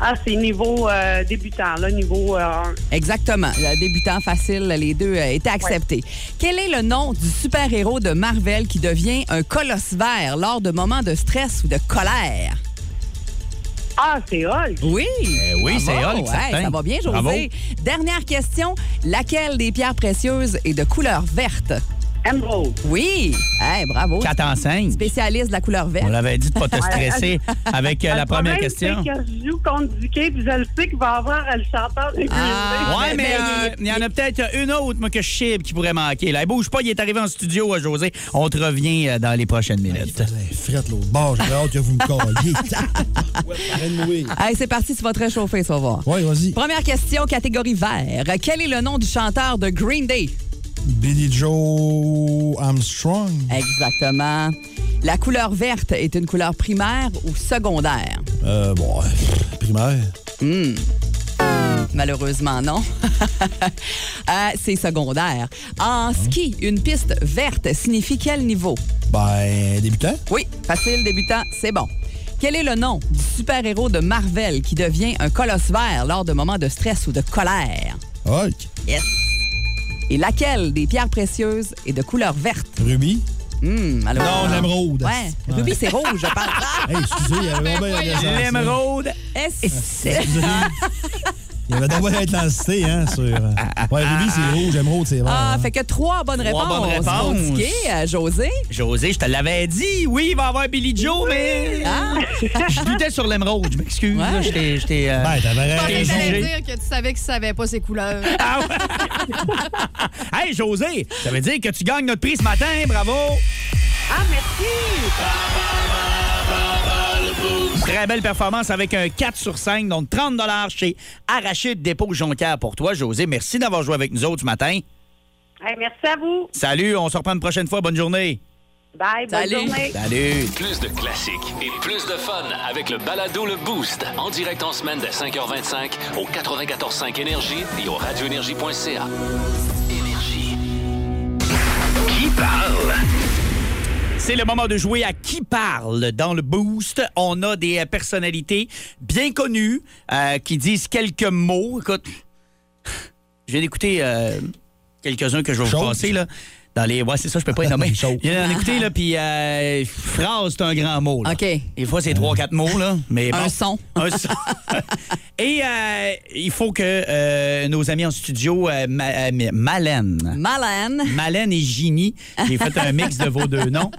Ah, c'est niveau euh, débutant, là, niveau euh, 1.
Exactement. Le débutant facile, les deux euh, étaient acceptés. Quel est le nom du super-héros de Marvel qui devient un colosse vert lors de moments de stress ou de colère? Eh
Ah, c'est Hulk.
Oui.
oui, c'est
Bravo.
Hulk,
Hey,
certain.
Ça va bien, José.
Bravo.
Dernière question. Laquelle des pierres précieuses est de couleur verte?
Emerald.
Oui. Hey, bravo.
Quatre enseignes.
Spécialiste de la couleur
On
verte.
l'avait dit de pas te stresser avec euh,
Le
la première
problème,
question.
C'est que je joue contre Dicky, puis je le sais qu'il va avoir euh, le chanteur de Green
Ah.
Day.
Ouais,
Ben,
mais
ben,
euh, il y en a peut-être une autre moi, que je sais qui pourrait manquer. Là, il bouge pas, il est arrivé en studio, euh, José. On te revient euh, dans les prochaines minutes.
Frette l'autre bord, j'avais hâte que vous me colliez. Ouais, rien de mourir.
Hey, c'est parti, tu vas te réchauffer, tu vas voir.
Ouais, vas-y.
Première question, catégorie vert. Quel est le nom du chanteur de Green Day?
Billy Joe Armstrong.
Exactement. La couleur verte est une couleur primaire ou secondaire?
Euh, bon, ouais, pff, primaire.
Malheureusement, non. Euh, c'est secondaire.
Ah.
En ski, une piste verte signifie quel niveau?
Ben, débutant.
Oui, facile, débutant, c'est bon. Quel est le nom du super-héros de Marvel qui devient un colosse vert lors de moments de stress ou de colère?
Hulk.
Yes. Et laquelle des pierres précieuses est de couleur verte?
Ruby.
Hum, malheureusement.
Non, l'émeraude.
Ouais,
Ouais.
Ruby, c'est rouge, je Ah, parle.
Hey, excusez, il y avait vraiment bien l'intensité.
L'émeraude.
S.
Il y avait d'abord l'intensité, hein, sur. euh, Ouais, Ruby, c'est rouge, émeraude, c'est vert.
Ah,
hein.
fait que trois bonnes
Trois
réponses.
bonnes réponses.
Bon ticket, euh, José.
José, je te l'avais dit. Oui, il va y avoir Billy Joe, mais.
Ah,
Je doutais sur l'émeraude, je m'excuse.
Ouais.
là, j'étais- J'étais. euh,
Ben, t'avais
Pas
raison.
t'es jugé.
dire que tu savais que tu savais pas ses couleurs.
Ah ouais. hey, José, ça veut dire que tu gagnes notre prix ce matin, bravo!
Ah, merci.
Très belle performance avec un 4 sur 5, donc 30 chez Arachide Dépôt Jonquière pour toi, José. Merci d'avoir joué avec nous autres ce matin.
Hey, merci à vous.
Salut, on se reprend une prochaine fois. Bonne journée.
Bye, bonne
Salut.
journée.
Salut.
Plus de classiques et plus de fun avec le balado Le Boost. En direct en semaine dès 5h25 au 94.5 Énergie et au radioénergie.ca. Énergie. Qui parle?
C'est le moment de jouer à qui parle dans le boost. On a des euh, personnalités bien connues euh, qui disent quelques mots. Écoute, je viens d'écouter euh, quelques-uns que je vais vous
Chose.
passer là. Dans les, ouais, c'est ça, je peux pas les nommer.
Chose.
Il y en a écouté là, puis euh, phrase, c'est un grand mot. là.
OK.
Des fois, c'est trois, quatre mots, là. Mais
Un
bon.
son.
Un son. Et euh, il faut que euh, nos amis en studio, euh, Ma- euh, Malène.
Malane.
Malène et Ginny. J'ai fait un mix de vos deux noms.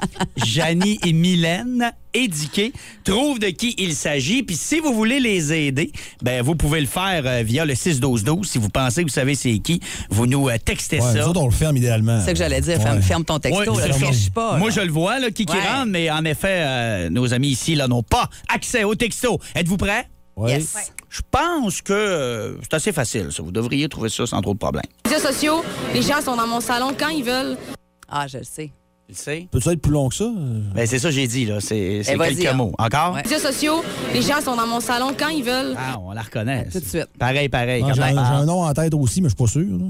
Janie et Mylène, édiquées, trouvent de qui il s'agit. Puis si vous voulez les aider, ben vous pouvez le faire euh, via le 6-12-12. Si vous pensez que vous savez c'est qui, vous nous euh, textez
Ouais, nous
ça.
autres, on le ferme idéalement.
C'est ce que j'allais dire. Ferme,
Ouais.
ferme ton texto.
Ouais,
là,
c'est
te
ça.
cache pas. là.
Moi, je le vois, là, qui, qui
Ouais.
rentre, mais en effet, euh, nos amis ici là, n'ont pas accès au texto. Êtes-vous prêts?
Ouais.
Yes.
Je pense que euh, c'est assez facile, ça. Vous devriez trouver ça sans trop de problèmes.
Les médias sociaux, les gens sont dans mon salon quand ils veulent.
Ah, je le sais.
Tu le sais?
Peut-être être plus long que ça?
Ben, c'est ça que j'ai dit, là. C'est c'est
Eh, vas-y,
quelques
hein.
mots. Encore?
Ouais.
Les médias sociaux, les gens sont dans mon salon quand ils veulent.
Ah, on la reconnaît.
Tout de suite.
Pareil, pareil.
Non,
quand
J'ai un,
même.
j'ai un nom en tête aussi, mais je suis pas sûr. là.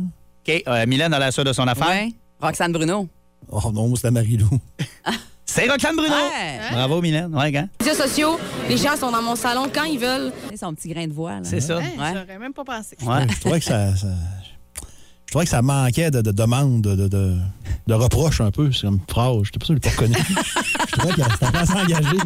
OK, euh, Mylène a la seule de son affaire.
Ouais. Roxane Bruno.
Oh non, c'était Marie-Lou.
C'est Roxane Bruno.
Ouais.
Bravo, Mylène. Ouais, gars.
Les médias sociaux, les gens sont dans mon salon quand ils veulent.
C'est son petit grain de voix. là.
C'est ça.
Hein,
Ouais.
J'aurais même pas pensé.
Ouais.
Je trouvais que ça. ça- Je trouvais que ça manquait de, de demandes, de, de, de, de reproches un peu. C'est comme phrase. J'étais pas sûr de pas reconnu. Je trouvais que c'était pas assez engagé.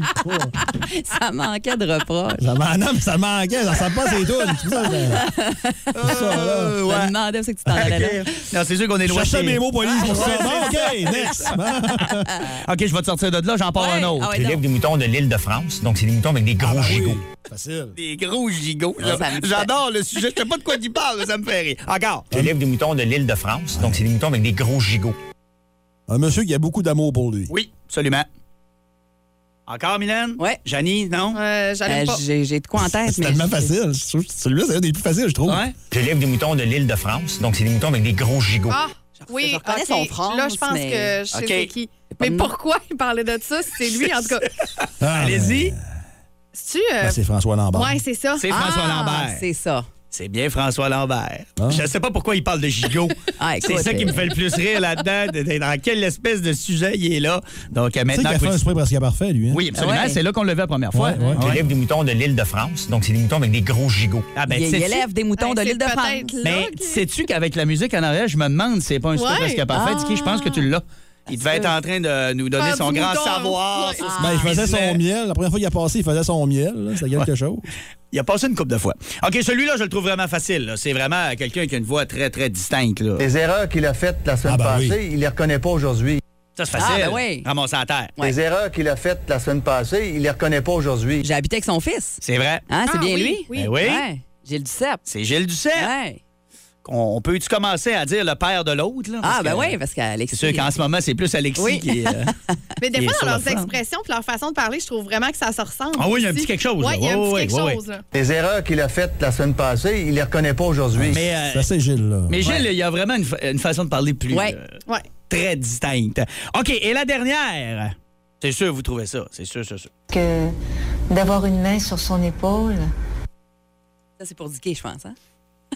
Ça manquait de reproches.
Ça man- non, mais ça manquait. Ça sent pas ses dounes. C'est pour ça que ça-
Je me demandais où c'est que tu t'en allais là.
Non, Euh, c'est Ah, sûr qu'on est
Je
loin.
cherchais
des-
mes mots police pour ça. Bon, OK, next.
OK, je vais te sortir de là, j'en pars
Oh,
Ouais.
un autre.
Ah ouais,
Je
donc.
lève des moutons de l'île de France, donc c'est des moutons avec des gros gigots.
Ah, Facile.
Des gros gigots. là.
Ça me fait-
J'adore le sujet. Je sais pas de quoi tu parles, mais ça me fait rire. Encore.
Je lève des moutons de l'île de France, donc c'est des moutons avec des gros gigots.
Un monsieur qui a beaucoup d'amour pour lui.
Oui, absolument. Encore, Mylène?
Ouais.
Janie, non?
Euh, J'allais
Euh,
pas.
J'ai j'ai de quoi en tête.
C'est
mais
tellement
je-
facile. Je trouve que Celui-là, c'est un des plus faciles, je trouve.
Ouais.
Je lève des moutons de l'île de France, donc c'est des moutons avec des gros gigots.
Ah,
je
oui,
reconnais
ok.
son France,
Là, je pense
mais-
que je sais
Ok.
c'est qui.
pas
Mais
de nom.
pourquoi il parlait de ça? si C'est lui, en tout cas.
Ah,
Allez-y.
C'est-tu.
ben,
euh,
C'est François Lambert.
Ouais, c'est ça.
C'est
Ah,
François Lambert.
C'est ça.
C'est bien François Lambert. Je ne sais pas pourquoi il parle de gigot.
Ah, écoute,
c'est ça qui me fait le plus rire là-dedans. de- de- Dans quelle espèce de sujet il est là. Donc, euh,
Tu sais qu'il
maintenant.
a fait un
faut-
esprit presque parfait, lui. hein?
Oui, absolument.
Ouais.
C'est là qu'on le fait la première fois.
Ouais, ouais.
Je lève des moutons de l'île de France, donc c'est des moutons avec des gros gigots.
Ah, ben,
euh, il, il
sais-tu-
élève des moutons
Hey,
de
c'est
l'île de
peut-être
France.
là
Mais
que-
sais-tu qu'avec la musique en arrière, je me demande, c'est pas un sujet
Ouais.
presque parfait. Dicky, je pense que tu l'as. Il devait être en train de nous donner
Faire
son
du
grand
mouton.
savoir. Ah,
Ouais.
sur ce
Ben, il faisait son
qu'il
miel. La première fois qu'il a passé, il faisait son miel. là. C'était quelque chose.
Il a passé une couple de fois. OK, celui-là, je le trouve vraiment facile. là. C'est vraiment quelqu'un qui a une voix très, très distincte. Là.
Les erreurs qu'il a faites la semaine
Ah, ben oui.
passée, il les reconnaît pas aujourd'hui.
Ça, c'est facile.
Ah, ben oui.
Ramasser la terre.
Ouais.
Les erreurs qu'il a faites la semaine passée, il les reconnaît pas aujourd'hui.
J'ai habité avec son fils.
C'est vrai.
Hein, c'est
Ah,
bien
oui,
lui?
oui.
Ben oui.
Ouais. J'ai le duceps.
C'est Gilles Duceppe.
Ouais.
On, on peut-tu commencer à dire le père de l'autre? là? Parce
Ah, ben
que-
oui, parce qu'Alexis.
C'est sûr qu'en ce moment, c'est plus Alexis
Oui.
qui est... euh,
Mais des
Il
fois,
est sur
dans
la
leurs
forme.
expressions et leur façon de parler, je trouve vraiment que ça se ressemble.
Ah oui, il y a un
aussi.
petit quelque chose, là.
Ouais, il y
Ouais,
a un petit
ouais,
quelque
ouais,
chose. là.
Les erreurs qu'il a faites la semaine passée, il les reconnaît pas aujourd'hui.
mais, euh,
C'est assez Gilles, là.
mais Gilles, il y a vraiment une, fa- une façon de parler plus...
Ouais.
euh,
Ouais.
très distincte. OK, et la dernière. C'est sûr, vous trouvez ça. C'est sûr, c'est sûr.
que d'avoir une main sur son épaule.
Ça, c'est pour Dicky, je pense. Hein?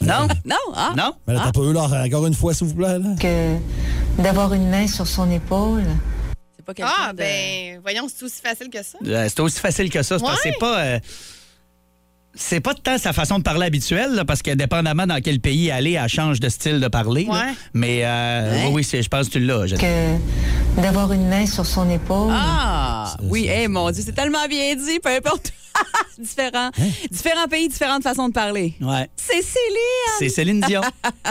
Non?
Non? Ah!
Non?
Mais là, t'as pas eu l'or encore une fois, s'il vous plaît, là?
Que d'avoir une main sur son épaule.
C'est pas quelqu'un
Ah,
de-
ben, voyons, c'est aussi facile que ça.
Euh, C'est aussi facile que ça. C'est parce que
Ouais.
c'est pas. euh, c'est pas tant sa façon de parler habituelle, là, parce que dépendamment dans quel pays aller, elle change de style de parler. là.
Ouais.
Mais euh, oui, oui, c'est- je pense que tu l'as. je-
Que d'avoir une main sur son
oh,
épaule.
Ah! Oui, eh mon Dieu, c'est tellement bien dit, peu importe. Différents,
Hein?
différents pays, différentes façons de parler.
Ouais.
C'est Céline!
C'est Céline Dion.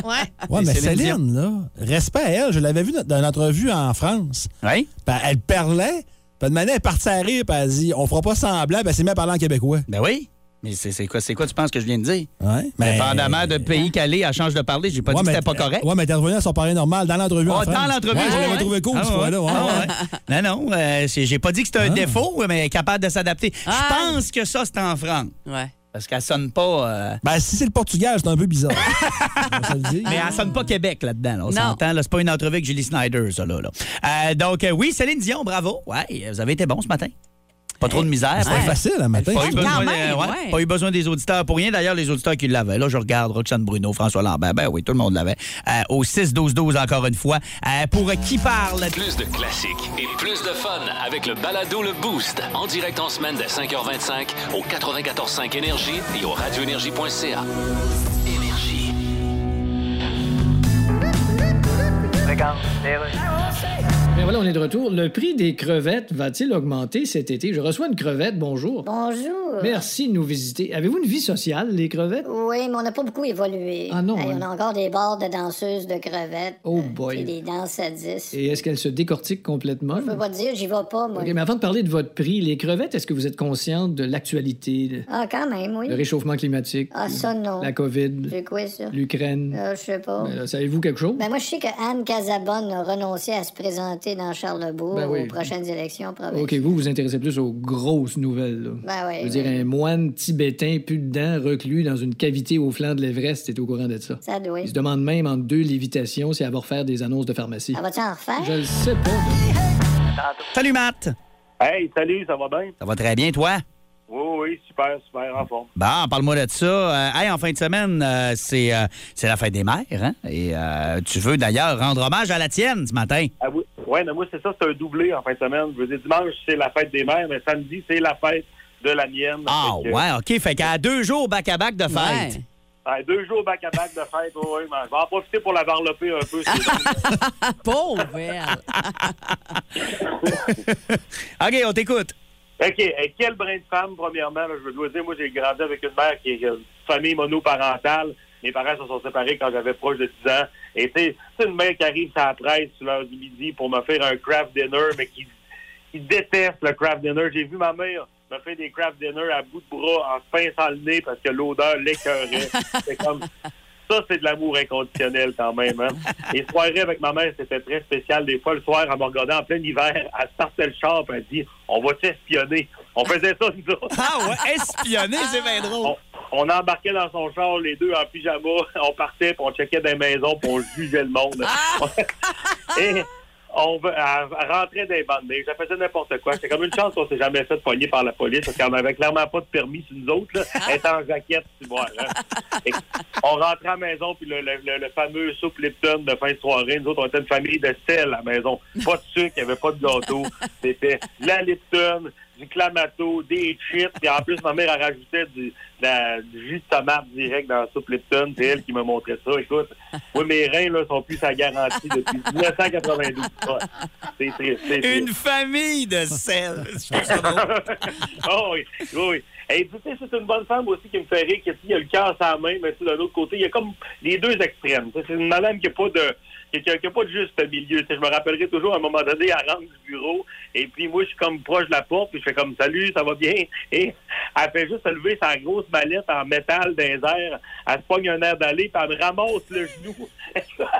Ouais.
Ouais,
Et
mais
Céline
Céline, là, respect à elle. Je l'avais vue dans- dans une entrevue en France.
oui?
Puis elle parlait, puis de manière, elle partait à rire, puis elle dit On fera pas semblant, puis elle s'est mise à parler en québécois.
Ben oui. Mais c'est c'est quoi, c'est quoi, tu penses que je viens de dire?
Ouais.
Dépendamment de pays qu'elle est, elle change de parler. J'ai pas
euh, hein? Ouais,
dit que
mais-
c'était pas correct.
Ouais, mais t'es revenu à son parler normal dans l'entrevue. en
Ah, dans
France.
l'entrevue,
Ouais, je
ouais,
l'avais
ouais.
trouvé cool,
Ah,
ce fois-là. ouais,
ouais.
ouais. Ah.
Ah, ouais. Non, non, euh, c'est- j'ai pas dit que c'est un défaut, mais elle est capable de s'adapter.
Ah.
Je pense que ça, c'est en France.
Ouais.
Parce qu'elle sonne pas. euh,
Ben, si c'est le Portugal, c'est un peu bizarre. On va se le dire.
Mais elle sonne pas Québec là-dedans. là, on
Ah. Non.
s'entend. là, C'est pas une entrevue avec Julie Snyder, ça. Là, là. Euh, donc, euh, oui, Céline Dion, bravo. Ouais, vous avez été bon ce matin. Pas trop de misère.
C'est facile, un matin.
Pas eu,
Quand
besoin de-
même,
ouais,
ouais.
pas eu besoin des auditeurs pour rien. D'ailleurs, les auditeurs qui l'avaient. Là, je regarde Roxane Bruno, François Lambert. Ben oui, tout le monde l'avait. Euh, au 6-12-12, encore une fois. Euh, pour euh, qui parle?
Plus de classiques et plus de fun avec le balado Le Boost. En direct en semaine dès 5h25 au 94.5 Énergie et au radioénergie.ca. Énergie.
Bien Ben voilà, on est de retour. Le prix des crevettes va-t-il augmenter cet été? Je reçois une crevette, bonjour.
Bonjour.
Merci de nous visiter. Avez-vous une vie sociale, les crevettes?
Oui, mais on n'a pas beaucoup évolué.
Ah non,
Hey,
hein.
On a encore des bars de danseuses de crevettes.
Oh
Et
boy.
des danses à 10.
Et est-ce qu'elles se décortiquent complètement?
Je peux pas te dire, j'y vais pas, moi.
OK, mais avant de parler de votre prix, les crevettes, est-ce que vous êtes consciente de l'actualité, le,
Ah, quand même, oui.
le réchauffement climatique,
Ah, ça, non.
la COVID,
C'est quoi, ça?
l'Ukraine?
Euh, je sais pas.
Ben là, Savez-vous quelque chose?
Ben, moi, je sais que Anne Casabonne a renoncé à se présenter dans Charlebourg
Ben oui.
aux prochaines élections provinciales.
OK, vous vous intéressez plus aux grosses nouvelles. Là.
Ben oui,
Je veux dire,
oui.
un moine tibétain, plus de dents, reclus dans une cavité au flanc de l'Everest, t'es au courant de ça.
Ça doit.
Il se demande même en deux lévitations si elle va refaire des annonces de pharmacie.
Elle va-tu en refaire?
Je le sais pas. là.
Salut, Matt.
Hey, salut, ça va bien?
Ça va très bien, toi?
Oui, oui, super, super, en forme.
Bon, parle-moi de ça. Euh, hey, en fin de semaine, euh, c'est euh, c'est la fête des mères. Hein? Et euh, tu veux d'ailleurs rendre hommage à la tienne ce matin.
Ah oui,
Oui, mais moi, c'est ça, c'est un doublé en fin de semaine. Je veux dire, dimanche, c'est la fête des mères, mais samedi, c'est la fête de la mienne.
Ah,
Fait que-
ouais, OK. Fait qu'à deux jours back-à-back de fête.
Ouais, deux jours back-à-back de fête, oui, oui, mais je vais en profiter pour la varloper un peu. c'est bon.
Pauvre elle.
OK, on t'écoute.
OK, et quel brin de femme, premièrement, là, je dois dire, moi, j'ai grandi avec une mère qui est euh, famille monoparentale. Mes parents se sont séparés quand j'avais proche de 10 ans. Et tu sais, c'est une mère qui arrive sur la presse, sur l'heure du midi, pour me faire un craft dinner, mais qui qui déteste le craft dinner. J'ai vu ma mère me faire des craft dinner à bout de bras en se pinçant le nez parce que l'odeur l'écœurait. C'est comme ça, c'est de l'amour inconditionnel quand même. hein. Les soirées avec ma mère, c'était très spécial. Des fois, le soir, elle me regardait en plein hiver, elle sortait le char puis elle dit On va t'espionner. On faisait ça, nous autres.
Ah ouais, espionner, c'est bien drôle.
On, on embarquait dans son char, les deux en pyjama, on partait, puis on checkait des maisons, puis on jugeait le monde. Et on ve- elle- elle rentrait des bandes. Je faisais n'importe quoi. C'est comme une chance qu'on s'est jamais fait pogner par la police parce qu'on n'avait clairement pas de permis sur nous autres. là. Elle était en jaquette, tu vois. là. Et on rentrait à la maison, puis le, le- le- le fameux soupe Lipton de fin de soirée. Nous autres, on était une famille de sel à la maison. Pas de sucre, il n'y avait pas de gâteau. C'était de la Lipton, du clamato, des chips. Puis en plus, ma mère elle rajoutait du, de la- du jus de tomate direct dans la soupe Lipton. C'est elle qui me montrait ça. Écoute, oui, mes reins là, sont plus à garantie depuis 1992. Ouais. C'est triste, c'est triste.
Une famille de sel. Je trouve ça drôle.
Ah oui, oui, oui. Et tu sais, c'est une bonne femme aussi qui me fait rire, qui tu sais, il y a le cœur à la main, mais tu sais, d'un autre côté, il y a comme les deux extrêmes. Tu sais, C'est une madame qui n'a pas de qui, qui- qui a pas de juste milieu. Tu sais, je me rappellerai toujours, à un moment donné, elle rentre du bureau, et puis moi, je suis comme proche de la porte, puis je fais comme « Salut, ça va bien? » Et elle fait juste lever sa grosse mallette en métal dans les airs, elle se pogne un air d'aller, puis elle me ramasse le genou.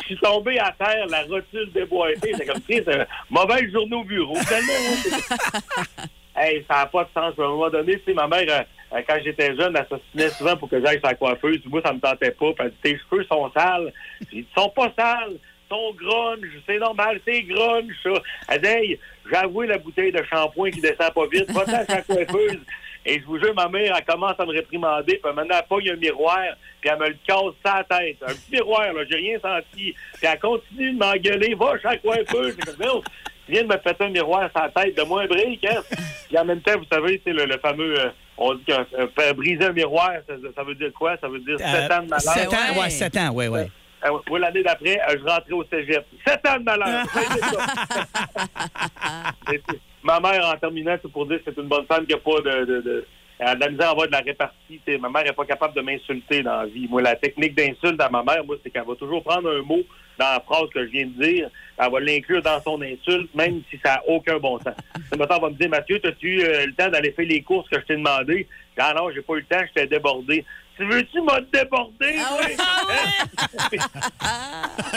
je suis tombé à terre, la rotule déboîtée. C'est comme, tu sais, c'est un mauvais journée au bureau. Tellement, hein, c'est- Hey, ça n'a pas de sens. À un moment donné, tu sais, ma mère, euh, euh, quand j'étais jeune, elle s'assinait souvent pour que j'aille sur la coiffeuse. Moi, ça me tentait pas. Puis elle dit, tes cheveux sont sales. J'ai dit, ils sont pas sales. Ils sont grunge. C'est normal, c'est grunge, ça. Elle dit, hey, j'ai avoué la bouteille de shampoing qui descend pas vite. Va sur la coiffeuse. Et je vous jure, ma mère, elle commence à me réprimander. Puis maintenant, elle pogne un miroir, puis elle me le casse sa tête. Un petit miroir, là, j'ai rien senti. Puis elle continue de m'engueuler. Va chez la coiffeuse. C'est comme, Non, tu viens de me péter un miroir sa tête, de moins brique, hein? Puis en même temps, vous savez, c'est le, le fameux... euh, on dit qu'un euh, faire briser un miroir, ça, ça veut dire quoi? Ça veut dire sept
Euh,
ans de malheur.
sept ans, ouais, sept ans, ouais, ouais.
Euh, ouais, moi, l'année d'après, euh, je rentrais au cégep. Sept ans de malheur! C'est ça. Et puis, ma mère, en terminant, c'est pour dire que c'est une bonne femme qui n'a pas de... de, de elle a de la misère à avoir de la répartie. T'sais, ma mère n'est pas capable de m'insulter dans la vie. Moi, la technique d'insulte à ma mère, moi, c'est qu'elle va toujours prendre un mot dans la phrase que je viens de dire. Elle va l'inclure dans son insulte, même si ça n'a aucun bon sens. Ce matin, elle va me dire, Mathieu, as-tu eu euh, le temps d'aller faire les courses que je t'ai demandé? Ah non, j'ai pas eu le temps, j'étais débordé. Tu veux-tu m'as débordé? toi? Puis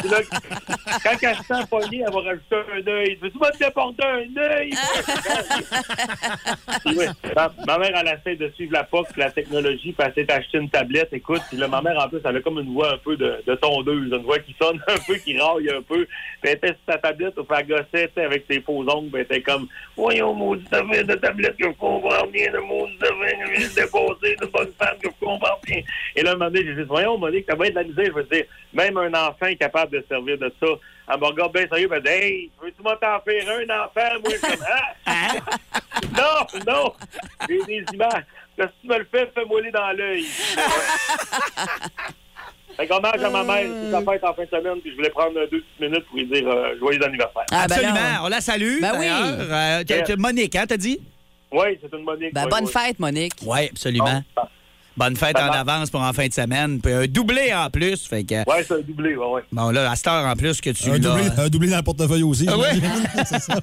là, quand elle se sent pognée, elle va rajouter un œil. Veux-tu me déporter un œil? Oui. ma, ma mère, elle essaie de suivre la POC, puis la technologie, puis elle s'est acheté une tablette. Écoute, puis là, ma mère, en plus, elle a comme une voix un peu de, de tondeuse, une voix qui sonne un peu, qui raille un peu. Puis elle était sur sa tablette, puis elle gossait, tu sais, avec ses faux ongles, puis elle était comme, voyons, maudit affaire de tablette que je comprends rien, de maudit affaire que je viens de déposer, de bonne femme que je comprends rien. Et là, un moment donné, j'ai dit, voyons, Monique, ça va être de la misère. Je veux dire, même un enfant est capable de servir de ça. Elle me regarde bien sérieux, elle me dit, hey, veux-tu m'en t'en faire un enfant? Moi, je suis comme, ah! Non, non! J'ai des images. Là, si tu me le fais, fais-moi les dans l'œil. Fait qu'hommage à ma mère, c'est sa fête en fin de semaine, puis je voulais prendre deux petites minutes pour lui dire euh, joyeux anniversaire.
Ah, ben
Absolument. on la salue.
Ben oui.
d'ailleurs. Euh, t'as- t'as- Monique, hein, t'as dit?
Oui, c'est une Monique.
Ben,
oui,
bonne
oui.
fête, Monique.
Oui, absolument. Bonne fête en avance pour en fin de semaine. Puis un doublé en plus. Fait que,
Ouais, c'est un doublé, ouais, ouais.
bon, là, à cette heure en plus que tu
Un
l'as.
doublé, un doublé euh, dans le portefeuille aussi.
Ah ouais?
j'imagine. C'est ça.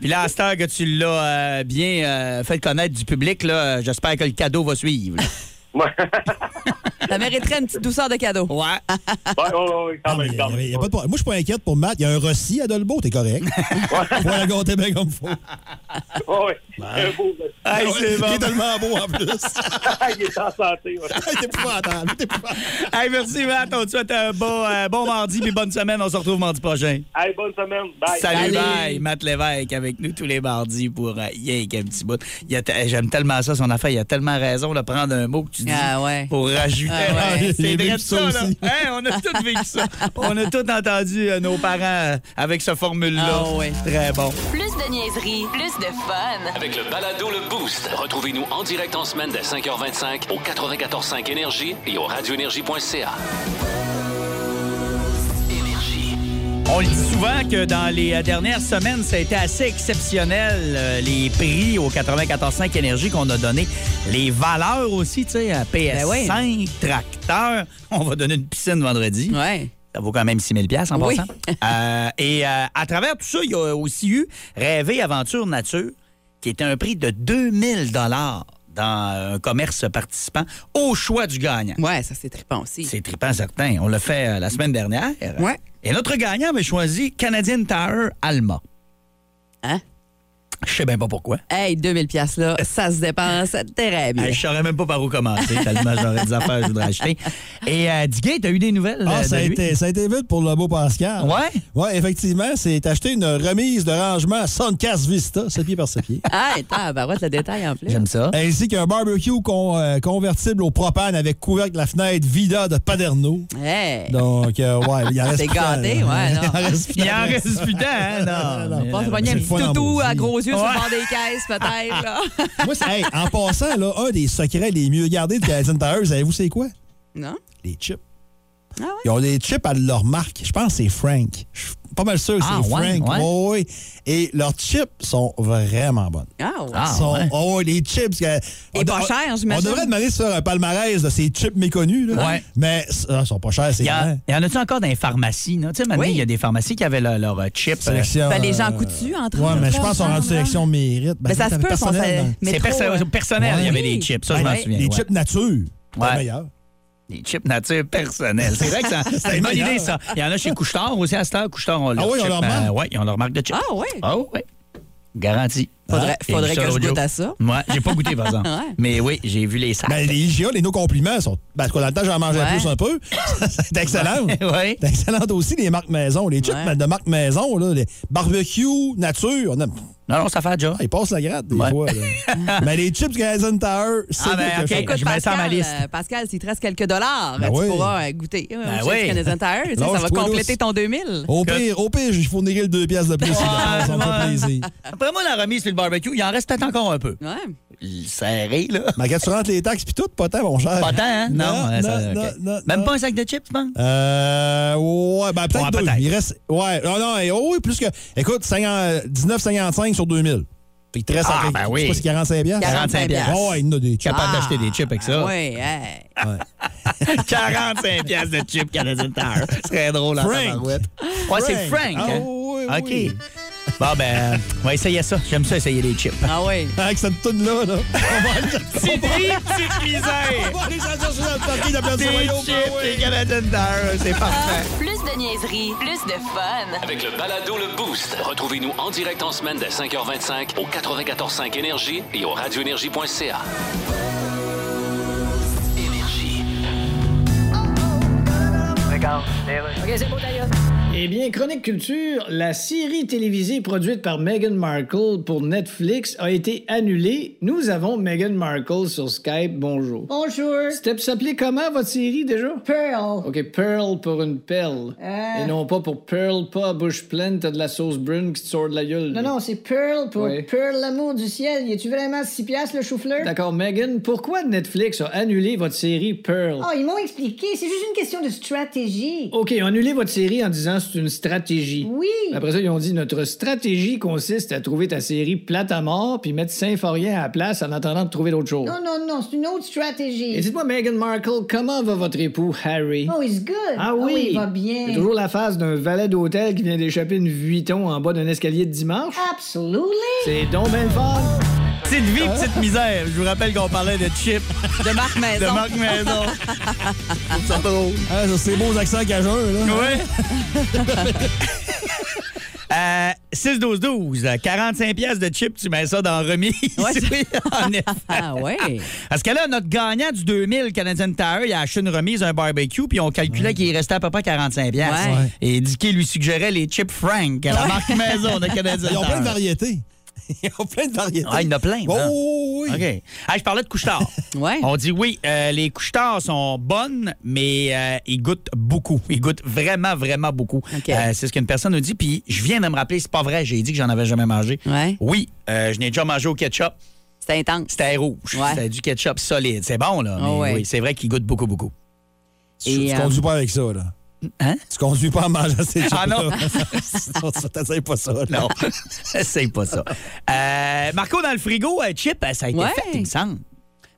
Puis là, à cette heure que tu l'as euh, bien euh, fait connaître du public, là, euh, j'espère que le cadeau va suivre. là.
Ça mériterait une petite douceur de cadeau.
Ouais. Ah,
Non,
ben,
mais y avait- y a pas de problème. Moi, je suis pas inquiète pour Matt. Il y a un Rossi à Dolbeau, t'es correct. Faut la compter bien comme faut.
Ouais, ouais. Un beau gars.
Ah
Hey, c'est bon. Il est tellement beau en plus.
il est en santé. Ouais.
T'es épouvantable.
Hey, merci, Matt. On te souhaite un bon, euh, bon mardi puis bonne semaine. On se retrouve mardi prochain.
Hey, bonne semaine. Bye.
Salut, bye. Matt Lévesque avec nous tous les mardis pour euh, Yank, un eh, petit bout. Il y a t- J'aime tellement ça, son affaire. Il a tellement raison de prendre un mot que tu dis
Ah ouais.
pour rajouter ouais,
J'ai
c'est
vécu
vrai
ça
ça, là.
aussi.
Hey, on a tous vécu ça. On a tous entendu euh, nos parents euh, avec ce formule-là.
Ah ouais.
Très bon.
Plus de niaiserie, plus de fun.
Avec le balado Le Boost, retrouvez-nous en direct en semaine dès 5h25 au 94.5 Énergie et au radioénergie.ca.
On le dit souvent que dans les euh, dernières semaines, ça a été assez exceptionnel, euh, les prix au 94.5 Énergie qu'on a donné, les valeurs aussi, tu sais, à PS5, tracteur. On va donner une piscine vendredi. Ça vaut quand même 6 000 en
Oui.
passant. Euh, et euh, à travers tout ça, il y a aussi eu Rêver Aventure Nature, qui était un prix de 2000 dollars dans un commerce participant au choix du gagnant.
Ouais, ça c'est trippant aussi.
C'est trippant certain. On l'a fait euh, la semaine dernière.
Ouais.
Et notre gagnant avait choisi Canadian Tire Alma.
Hein?
Je sais bien pas pourquoi.
Hey, 2000 pièces là, ça se dépense très bien.
Euh, Je saurais même pas par où commencer, tellement j'aurais des affaires que je voudrais acheter. Et euh, Diguet, t'as eu des nouvelles
Ah,
euh,
ça, a
de lui?
été, ça a été vite pour le beau Pascal.
Ouais?
Ouais, effectivement, c'est acheter une remise de rangement Suncast Vista, 7 pieds par 7 pieds.
Ah, et t'as barouette le détail en plus.
J'aime ça.
Ainsi qu'un barbecue con- euh, convertible au propane avec couvercle la fenêtre Vida de Paderno.
Hey!
Donc, euh, ouais, il en reste
C'est
plus tant,
gâté,
là.
ouais, non.
Il en reste plus
Il
tant.
en reste plus tant, hein? Non.
Non,
Pense
mais
pas un
c'est
petit
fun en
toutou à
maudit.
gros yeux sur
Ouais.
le bord des caisses, peut-être. là.
Moi, c'est- hey, en passant, là, un des secrets les mieux gardés de Canadian Tire, savez-vous c'est quoi?
Non?
Les chips.
Ah ouais?
Ils ont des chips à leur marque. Je pense que c'est Frank. Je suis pas mal sûr que
Ah
c'est
ouais,
Frank.
ouais.
Ouais, ouais. Et leurs chips sont vraiment bonnes.
Ah, ouais.
Ils sont-
ouais.
oh, ouais, les chips. que- on-
pas
on-
cher,
On
j'imagine.
devrait demander sur un palmarès de ces chips méconnus. Là,
Ouais.
Mais ça, ils sont pas chers, c'est
Il y, a-
vrai.
il y en a-tu encore dans les pharmacies? là? Tu sais, maintenant,
Oui.
il y a des pharmacies qui avaient leur, leur, euh, chip. euh,
Sélection.
Ben, les gens
euh,
coutus, entre
Ouais,
autres,
mais je pense
là,
qu'on a rendu
genre,
sélection mérite. Ben,
Mais Ben, ça se peut, euh,
son
son
C'est perso- personnel, il y avait
Oui.
des chips, ça, je
Ben,
m'en
les-
souviens.
Les
ouais.
chips nature.
Ouais.
Pas meilleur.
Des chips nature personnelle. C'est vrai que ça- c'est
C'est
une bonne
meilleur.
idée, ça. Il y en a chez Couchetard aussi, à cette heure. Couchetard, on
Ah oui, on leur marque?
oui, ils ont leur marque de chips.
Ah, ouais.
Ah oui. Garanti.
Faudrait,
Ah, j'ai
faudrait
vu
que je
l'autre
goûte
jour.
à ça.
Moi, j'ai pas goûté, par exemple.
Ouais.
Mais oui, j'ai vu les sacs.
Ben, les IGA, les nos compliments sont. Ben, en tout cas, dans le temps, j'en mangeais
Ouais.
plus un peu. C'est excellent.
oui.
C'est excellent aussi, les marques maison. Les chips ben,
Ouais.
de marque maison, là, les barbecue, nature. On a...
Non, non, ça fait déjà.
Ah, ils passent la gratte des
Ouais.
fois. là. Mais les chips Canadian Tower, c'est
Ah, ben,
quelque
ok.
chose.
Écoute,
je mets ça à ma
Pascal,
liste.
euh, Pascal, s'il te reste quelques dollars,
Ben
tu
oui.
pourras euh, goûter euh,
Ben
chez
oui.
Canadian Tire. Tu sais, Ça va
Lâche-toi
compléter
douce.
ton 2000.
Au pire, au pire, il faut négliger le deux pièces de plus.
Ouais,
ça me fait
ouais.
plaisir.
Après moi, la remise sur le barbecue, il en reste peut-être encore un peu.
Ouais.
Serré, là.
Mais quand tu rentres les taxes puis tout, pas tant, mon cher.
Pas tant, hein? Non, ouais, ça-
non,
ok.
non,
Même
non. Ah.
pas un sac de chips, tu penses?
Euh, ouais, ben peut-être
Ouais,
deux.
peut-être.
Il reste. Ouais, non, non, et- oh, oui, plus que. Écoute, 50 19,55 sur 2000. Fait qu'il te reste
Ah,
encore-
ben
je sais
oui.
pas si 45 bières.
45 piastres.
Oh, il y en a des chips.
Capable
Ah.
d'acheter des chips avec ça.
Oui, hey.
45 piastres de chips Canadian Tire. Ce serait drôle en
Frank.
tabarouette. Ouais, c'est Frank.
Ah,
hein?
oui,
OK.
oui.
Bon, ben, on va essayer ça. J'aime ça, essayer les chips.
Ah oui.
Avec cette toune là Ah, là.
C'est petite misère. ben
On va aller s'en chercher dans le parking de la place
Des
du Royaume,
chips,
ah ouais.
des Canadian Tire. C'est parfait.
Plus de niaiserie, plus de fun.
Avec le balado Le Boost, retrouvez-nous en direct en semaine dès 5h25 au 94.5 Énergie et au radioénergie.ca.
Eh bien, Chronique Culture, la série télévisée produite par Meghan Markle pour Netflix a été annulée. Nous avons Meghan Markle sur Skype. Bonjour.
Bonjour.
Step s'appelait comment votre série déjà?
Pearl. Ah.
OK, Pearl pour une pelle. Et non pas pour Pearl, pas à bouche pleine, t'as de la sauce brune qui te sort de la gueule.
Non, non, c'est Pearl pour
Ouais.
Pearl, l'amour du ciel. Y a-tu vraiment 6 piastres le chou-fleur?
D'accord, Megan, pourquoi Netflix a annulé votre série Pearl?
Oh, ils m'ont expliqué. C'est juste une question de stratégie.
OK, ils ont annulé votre série en disant c'est une stratégie.
Oui.
Après ça, ils ont dit notre stratégie consiste à trouver ta série plate à mort puis mettre Symphorien à la place en attendant de trouver d'autres choses.
Non, non, non, c'est une autre
Et
stratégie.
dites-moi, Meghan Markle, comment va votre époux Harry?
Oh, he's good.
Ah oui!
il va
C'est
bien.
toujours la phase d'un valet d'hôtel qui vient d'échapper une Vuitton en bas d'un escalier de dimanche.
Absolument.
C'est donc ben le fun.
Ah. Petite vie, petite misère. Je vous rappelle qu'on parlait de chips
De Marc
de
Maison.
Marc Maison.
C'est drôle. Ah, ça, c'est des beaux accents cageurs, là.
Oui. Euh, 6-12-12, 45 pièces de chips, tu mets ça dans remise.
Ouais, c'est-
oui, en effet.
Ah oui.
Parce que là, notre gagnant du 2000 Canadian Tire, il a acheté une remise, un barbecue, puis on calculait qu'il restait à peu près 45 pièces.
Ouais.
Et Dicky lui suggérait les chips Frank, à la marque maison de Canadian
Ils ont plein de
Tire.
variétés. Il y a plein de variétés.
Ah, il y en a plein.
Oh,
hein?
oui.
OK. Ah, je parlais de couche-tard. On dit oui, euh, les couche-tards sont bonnes, mais euh, ils goûtent beaucoup. Ils goûtent vraiment, vraiment beaucoup. Euh, c'est ce qu'une personne nous dit. Puis je viens de me rappeler, c'est pas vrai, j'ai dit que j'en avais jamais mangé. Oui, euh, je n'ai déjà mangé au ketchup.
C'était intense.
C'était rouge. C'était du ketchup solide. C'est bon,
Oh,
là. Mais
Ah ouais.
oui, c'est vrai qu'ils goûtent beaucoup, beaucoup.
Tu,
euh,
tu conduis pas avec ça, là.
Hein?
Tu conduis pas en mangeant ces chips
Ah non!
T'essayes pas ça. là.
Non, essaye pas ça. Euh, Marco, dans le frigo, euh, chip, euh, ça a été
Ouais.
fait, il me semble.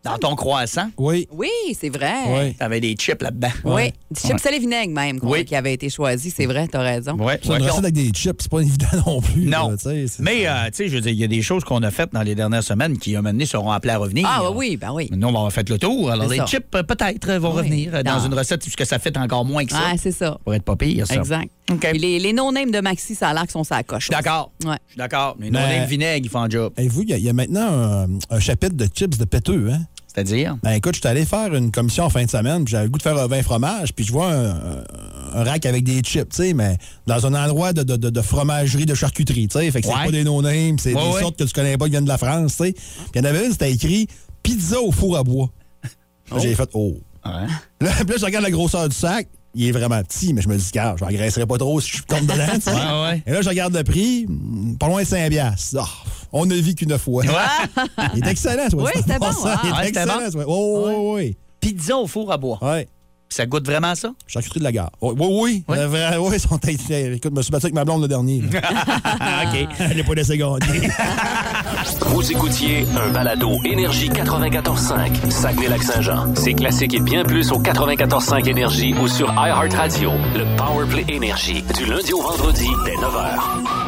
Dans ton croissant.
Oui.
Oui, c'est vrai.
T'avais des chips là-dedans.
Oui. Du chip salé vinaigre même quoi, qui avait été choisi, c'est vrai, t'as raison.
C'est une recette avec des chips, c'est pas évident non plus.
Non.
là, tu sais, c'est-
Mais, euh, tu sais, je veux dire, il y a des choses qu'on a faites dans les dernières semaines qui, à un moment donné, seront appelées à revenir.
Ah oui, ben oui.
Nous, on va faire le tour. Alors,
C'est
les
ça.
chips, euh, peut-être, vont
Oui.
revenir euh, dans
Non.
une recette, puisque ça fait encore moins que ça.
Ah, c'est ça.
Pour être pas pire, ça.
Exact. Puis Les, les no-names de Maxi, ça a l'air qu'ils sont sa coche.
D'accord.
Ouais.
Je suis d'accord. Mais
Mais-
non, le vinaigre, ils font un job.
Avez-vous, il y, a- il y a maintenant un, un chapitre de chips de péteux, hein?
C'est-à-dire?
Ben écoute, je suis allé faire une commission en fin de semaine, puis j'avais le goût de faire un vin fromage, puis je vois un, un- un rack avec des chips, tu sais, mais dans un endroit de, de- de- de fromagerie, de charcuterie, tu sais. Fait que c'est
Ouais.
pas des no-names, c'est
Ouais,
des
ouais.
sortes que tu connais pas qui viennent de la France, tu sais. Puis il y en avait une, c'était écrit pizza au four à bois. Là, J'ai fait, oh. Là, puis là, je regarde la grosseur du sac. Il est vraiment petit, mais je me dis, car je l'engraisserai pas trop si je tombe dedans. tu sais.
Ouais, ouais.
Et là, je regarde le prix, hmm, pas loin de 5 piastres. Ah, on ne vit qu'une fois. Il est excellent, toi.
Oui, c'était bon, ah.
Il
Ouais,
est
c'était
excellent,
bon.
toi. Oh, oui, oui.
Pizza au four à bois.
Ouais.
Ça goûte vraiment ça?
Charcuterie de la gare. Oui, oui. Oui,
Oui.
Euh, vrai- oui, ils sont excellents. Écoute, je me suis battu avec ma blonde le dernier.
Ah.
Ah, OK.
Elle n'est pas laissée gagner.
Vous écoutiez un balado Énergie 94.5, Saguenay-Lac-Saint-Jean. C'est classique et bien plus au 94.5 Énergie ou sur iHeartRadio, le Powerplay Énergie, du lundi au vendredi dès 9h.